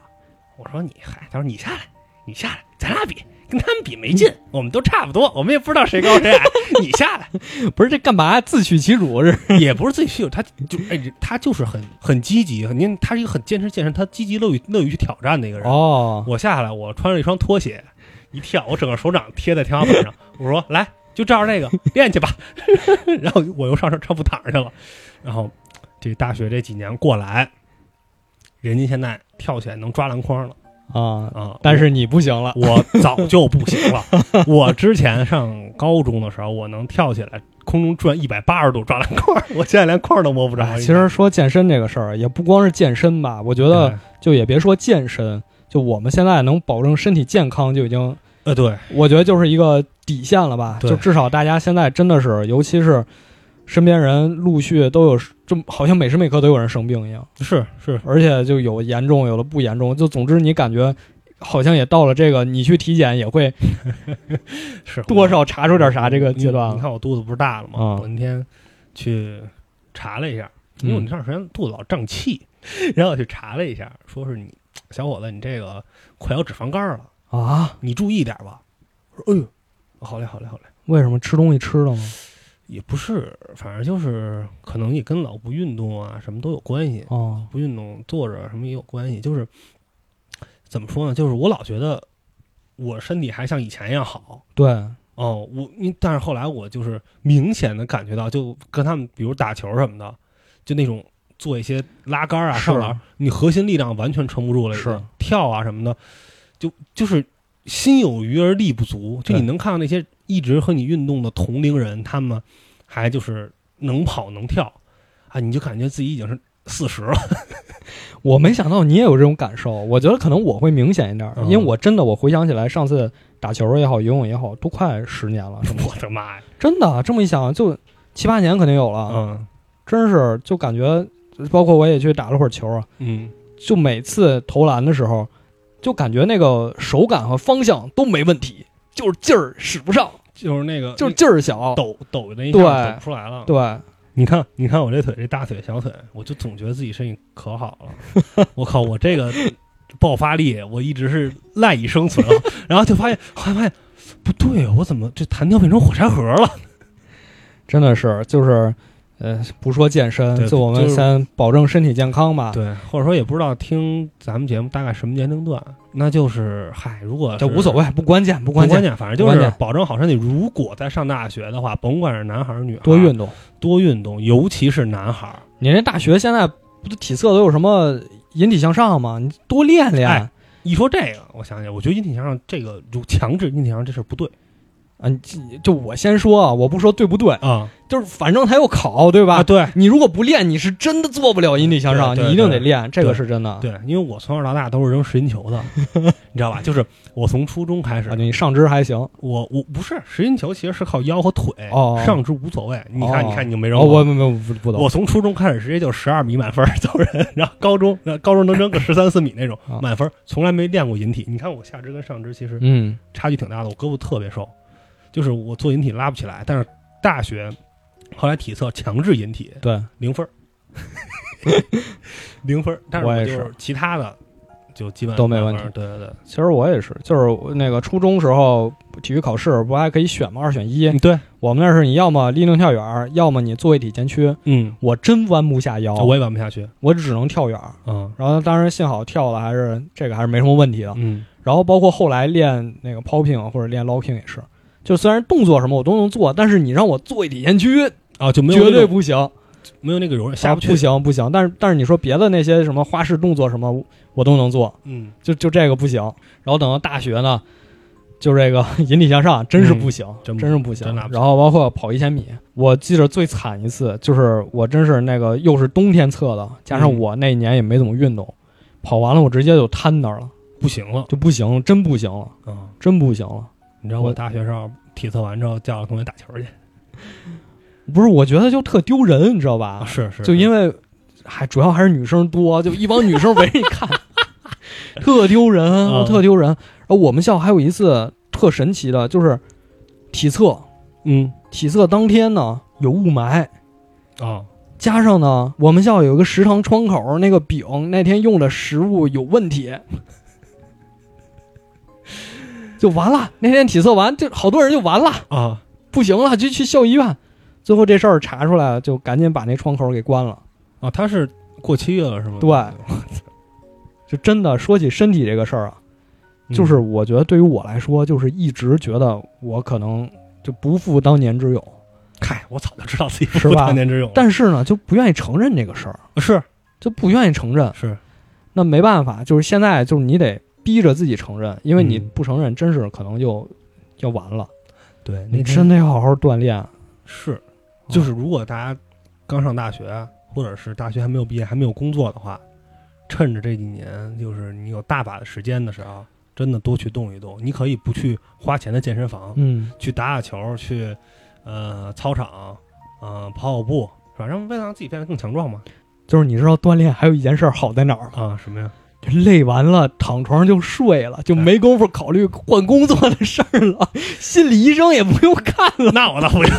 S3: 我说你嗨，他说你下来，你下来，咱俩比，跟他们比没劲，我们都差不多，我们也不知道谁高谁矮，你下来
S2: 不是这干嘛自取其辱是？
S3: 也不是自己虚有，他就哎，他就是很很积极，很您他是一个很坚持健身，他积极乐于乐于去挑战的一个人。
S2: 哦，
S3: 我下来，我穿着一双拖鞋，一跳，我整个手掌贴在天花板上，我说来，就照着那个练去吧。 然后我又上上上铺躺着去了。然后这大学这几年过来，人家现在跳起来能抓篮筐了
S2: 啊，
S3: 啊，
S2: 但是你不行了，
S3: 我早就不行了。我之前上高中的时候，我能跳起来空中转一百八十度抓篮筐，我现在连框都摸不着。
S2: 哎其实说健身这个事儿，也不光是健身吧，我觉
S3: 对
S2: 得就也别说健身，就我们现在能保证身体健康就已经，
S3: 呃对，
S2: 我觉得就是一个底线了吧。
S3: 对
S2: 就至少大家现在真的是，尤其是身边人陆续都有，这好像每时每刻都有人生病一样，
S3: 是是，
S2: 而且就有严重，有的不严重，就总之你感觉。好像也到了这个，你去体检也会
S3: 是
S2: 多少查出点啥这个
S3: 嗯你
S2: 阶段
S3: 你
S2: 了。
S3: 看我肚子不是大了吗？
S2: 啊
S3: 我那天去查了一下，因为我那
S2: 嗯
S3: 段时间肚子老胀气， 然后我去查了一下，说是你小伙子，你这个快有脂肪肝了，
S2: 啊，
S3: 你注意点吧。我说，哎呦，好嘞，好嘞，好嘞。
S2: 为什么吃东西吃了吗？
S3: 也不是，反正就是可能也跟老不运动啊什么都有关系，
S2: 哦，
S3: 不运动坐着什么也有关系。就是怎么说呢？就是我老觉得我身体还像以前一样好，
S2: 对，
S3: 哦，我因但是后来我就是明显的感觉到，就跟他们比如打球什么的，就那种做一些拉杆啊、
S2: 是
S3: 上篮，你核心力量完全撑不住了，已经
S2: 是
S3: 跳啊什么的，就就是心有余而力不足。就
S2: 对
S3: 你能看到那些一直和你运动的同龄人，他们还就是能跑能跳啊，你就感觉自己已经是四十了。
S2: 我没想到你也有这种感受，我觉得可能我会明显一点，
S3: 嗯
S2: 因为我真的我回想起来，上次打球也好，游泳也好，都快十年了，
S3: 我的妈呀！
S2: 真的这么一想，就七八年肯定有了，
S3: 嗯
S2: 真是就感觉，包括我也去打了会儿球啊，
S3: 嗯，
S2: 就每次投篮的时候，就感觉那个手感和方向都没问题，就是劲儿使不上，
S3: 就是那个
S2: 就是劲儿小，
S3: 抖抖那一下
S2: 对
S3: 抖不出来了。
S2: 对，
S3: 你看，你看我这腿，这大腿、小腿，我就总觉得自己身体可好了。我靠，我这个爆发力，我一直是赖以生存啊。然后就发现，后来发现不对啊，我怎么这弹跳变成火柴盒了？
S2: 真的是就是。呃，不说健身，
S3: 对
S2: 就我们
S3: 就是
S2: 先保证身体健康吧。
S3: 对，或者说也不知道听咱们节目大概什么年龄段，那就是嗨，如果
S2: 这无所
S3: 谓。
S2: 谓，不关键，不
S3: 不关
S2: 关键，
S3: 键，反正就
S2: 不关
S3: 是
S2: 键
S3: 保证好身体。如果在上大学的话，甭管是男孩儿女孩儿，
S2: 多运动。
S3: 多运动，尤其是男孩儿。
S2: 你那大学现在不都体测都有什么引体向上吗？你多练练。
S3: 哎一说这个，我想起来，我觉得音体墙上这个就强制音体墙这事儿不对
S2: 啊，你这就我先说啊，我不说对不对，
S3: 啊
S2: 就是反正他有考，对吧？
S3: 啊！对
S2: 你如果不练，你是真的做不了引体向上，
S3: 对对
S2: 你一定得练，这个是真的。
S3: 对，因为我从小到大都是扔实心 球的，你知道吧？就是我从初中开始
S2: 啊，，你上肢还行。
S3: 我我不是实心球，其实是靠腰和腿，
S2: 哦
S3: 上肢无所谓。你看，
S2: 哦
S3: 你看，你就没扔
S2: 然后
S3: 过。
S2: 我没没不不懂
S3: 我从初中开始直接就十二米满分儿 走人，然后高中然后高中能扔个十三四米那种
S2: 啊
S3: 满分儿，从来没练过引体。你看我下肢跟上肢其实
S2: 嗯
S3: 差距挺大的，我胳膊特别瘦，就是我做引体拉不起来。但是大学后来体测强制引体
S2: 对，
S3: 零 分儿，零分儿。但是
S2: 我也
S3: 就是其他的就基本
S2: 都没
S3: 满
S2: 问
S3: 分儿对对对，
S2: 其实我也是，就是我那个初中时候体育考试不还可以选吗？二选一，
S3: 嗯对，
S2: 我们那是你要么立定跳远，要么你做一体前屈。
S3: 嗯，
S2: 我真弯不下腰，
S3: 我也玩不下去，
S2: 哦我只能跳远。
S3: 嗯
S2: 然后当时幸好跳了，还是这个还是没什么问题的。
S3: 嗯
S2: 然后包括后来练那个 popping 或者练 locking 也是，就虽然动作什么我都能做，但是你让我做一体前屈，
S3: 啊，就没有
S2: 绝
S3: 那
S2: 对
S3: 种
S2: 不行，
S3: 没有那个柔软，下
S2: 啊
S3: 不
S2: 不
S3: 去，
S2: 行不行。但是但是你说别的那些什么花式动作什么，我都能做，
S3: 嗯
S2: 就就这个不行。然后等到大学呢，就这个 引体向上真是不行，
S3: 嗯真
S2: 真
S3: 不
S2: 是不行
S3: 真拿不。起
S2: 然后包括跑一千米，我记得最惨一次就是我真是那个又是冬天测的，加上
S3: 嗯
S2: 我那一年也没怎么运动，跑完了我直接就瘫那儿了，
S3: 不行了
S2: 就不行了，真不行了，
S3: 啊。
S2: 真不行了。
S3: 你知道我
S2: 我
S3: 大学上体测完之后叫同学打球去
S2: 不是，我觉得就特丢人，你知道吧？
S3: 啊是是
S2: 啊就因
S3: 为
S2: 为，还主要还是女生多，就一帮女生围着你看，特丢人，哦
S3: 嗯
S2: 特丢人。然后我们校还有一次特神奇的，就是体测，
S3: 嗯
S2: 体测当天呢有雾霾，
S3: 啊
S2: 加上呢我们校有一个食堂窗口那个饼那天用的食物有问题。就完了，那天体测完，就好多人就完了，
S3: 啊
S2: 不行了，就去校医院。最后这事儿查出来了，就赶紧把那窗口给关了。
S3: 啊！他是过七月了是吗？嗯
S2: 对就真的说起身体这个事儿啊，
S3: 嗯
S2: 就是我觉得对于我来说，就是一直觉得我可能就不复当年之勇，
S3: 嗨，我早就知道自己
S2: 是吧
S3: 不当年之勇了，啊
S2: 但是呢，就不愿意承认这个事儿，
S3: 是
S2: 就不愿意承认。
S3: 是
S2: 那没办法，就是现在就是你得逼着自己承认，因为你
S3: 嗯
S2: 不承认，真是可能就要完了。
S3: 对，那
S2: 你
S3: 天
S2: 真得好好锻炼。啊
S3: 是，
S2: 嗯
S3: 就是如果大家刚上大学，或者是大学还没有毕业、还没有工作的话，趁着这几年，就是你有大把的时间的时候，真的多去动一动。你可以不去花钱的健身房，
S2: 嗯，
S3: 去打打球，去呃操场，呃跑跑步，是吧？让为了让自己变得更强壮嘛。
S2: 就是你知道锻炼还有一件事儿好在哪儿吗？
S3: 啊，什么呀？
S2: 就累完了躺床上就睡了，就没工夫考虑换工作的事儿了，心理医生也不用看了。
S3: 那我倒不用。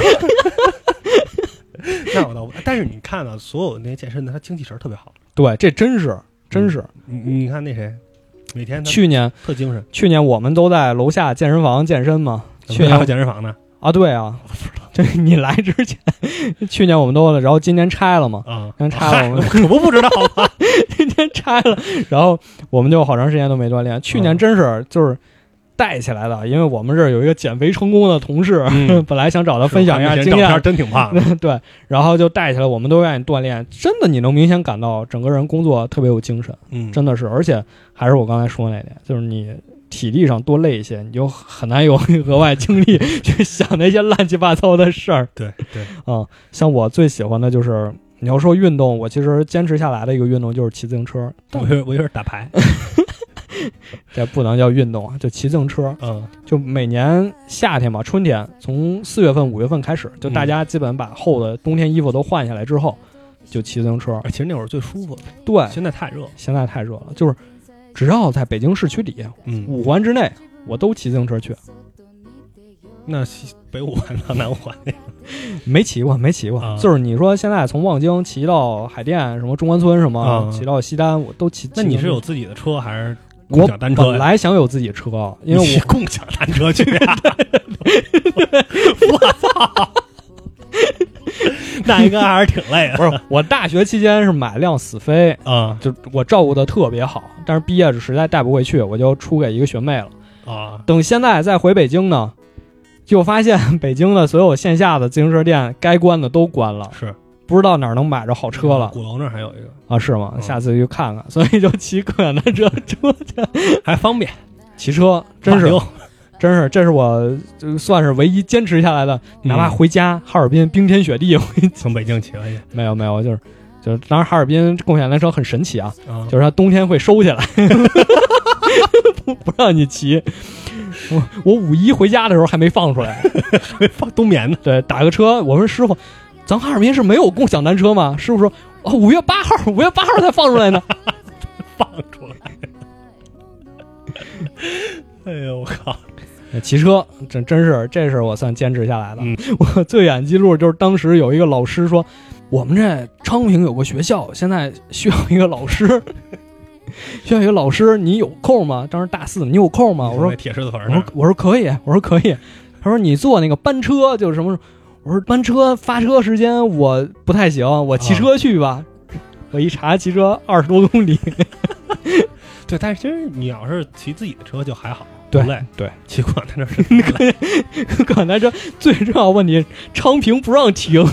S3: 那我倒不，但是你看啊，所有那些健身的，他精气神儿特别好。
S2: 对，这真是真是。
S3: 你你看那谁，每天他
S2: 去年
S3: 特精神，
S2: 去年我们都在楼下健身房健身嘛，去
S3: 还有
S2: 年
S3: 健身房呢
S2: 啊，对啊， 这你来之前，去年我们都，然后今年拆了嘛，
S3: 啊，
S2: 今年拆了，我 们
S3: 可不不知 道吗？
S2: 今年拆了，然后我们就好长时间都没锻炼。去年真是就是带起来的，因为我们这儿有一个减肥成功的同事，
S3: 嗯
S2: 本来想找他分享一下经验，
S3: 真挺 胖
S2: 对，然后就带起来，我们都愿意锻炼，真的你能明显感到整个人工作特别有精神。
S3: 嗯，
S2: 真的是，而且还是我刚才说那点，就是你体力上多累一些，你就很难有额外精力去想那些乱七八糟的事儿
S3: 对对，
S2: 啊、 像我最喜欢的就是，你要说运动，我其实坚持下来的一个运动就是骑自行车，
S3: 我一会儿我一会儿打牌，
S2: 这不能叫运动啊，就骑自行车。
S3: 嗯
S2: 就每年夏天嘛，春天从四月份、五月份开始，就大家基本把厚的冬天衣服都换下来之后，就骑自行车。
S3: 其实那会儿最舒服，
S2: 对，
S3: 现在太热了，
S2: 现在太热了，就是只要在北京市区里
S3: 嗯，
S2: 五环之内，我都骑自行车去。
S3: 那西北五环到南五环那个
S2: 没骑过，没骑过。
S3: 啊
S2: 就是你说现在从望京骑到海淀，什么中关村什么，
S3: 啊
S2: 骑到西单，我都骑。
S3: 那你
S2: 骑
S3: 是
S2: 到
S3: 有自己的车还是共
S2: 我
S3: 享单车
S2: 本
S3: 呀？
S2: 来想有自己车，因为
S3: 你骑
S2: 我
S3: 共享单车去啊！我操，那应该还是挺累的
S2: 不是我大学期间是买辆死飞，
S3: 啊
S2: 就我照顾的特别好，但是毕业实在带不回去，我就出给一个学妹了。
S3: 啊！
S2: 等现在再回北京呢，就发现北京的所有线下的自行车店该关的都关了，
S3: 是嗯
S2: 不知道哪儿能买着好车了
S3: 鼓楼那儿还有一个，
S2: 啊？是吗？
S3: 嗯
S2: 下次去看看，所以就骑共享单车出去
S3: 还方便，
S2: 骑车，真是
S3: 马溜
S2: 真是，这是我就算是唯一坚持下来的，
S3: 嗯
S2: 哪怕回家哈尔滨冰天雪地，
S3: 从北京骑回去，
S2: 没有没有，就是就是，当然哈尔滨共享单车很神奇啊，
S3: 啊
S2: 就是它冬天会收起来， 不不让你骑。我我五一回家的时候还没放出来，
S3: 放冬眠呢，
S2: 对，打个车，我说师傅，咱哈尔滨是没有共享单车吗？师傅说，哦，五月八号，五月八号才放出来呢。
S3: 放出来。哎呦我
S2: 啊
S3: 靠！
S2: 骑车，真真是这是我算坚持下来的。
S3: 嗯
S2: 我最远记录就是当时有一个老师说，我们这昌平有个学校，现在需要一个老师， 需要一个老师，你有空吗？当时大四，你有空吗？我说
S3: 铁狮子坟
S2: 我
S3: 那
S2: 说
S3: 儿，
S2: 我说可以，我说可以。他说你坐那个班车就是什么时候？我说班车发车时间我不太行，我骑车去吧。我一查骑车二十多公里，
S3: 对，但是其实你要是骑自己的车就还好，
S2: 对
S3: 不累，
S2: 对，
S3: 骑共 享单车是
S2: 可能这最重要的问题，昌平不让停，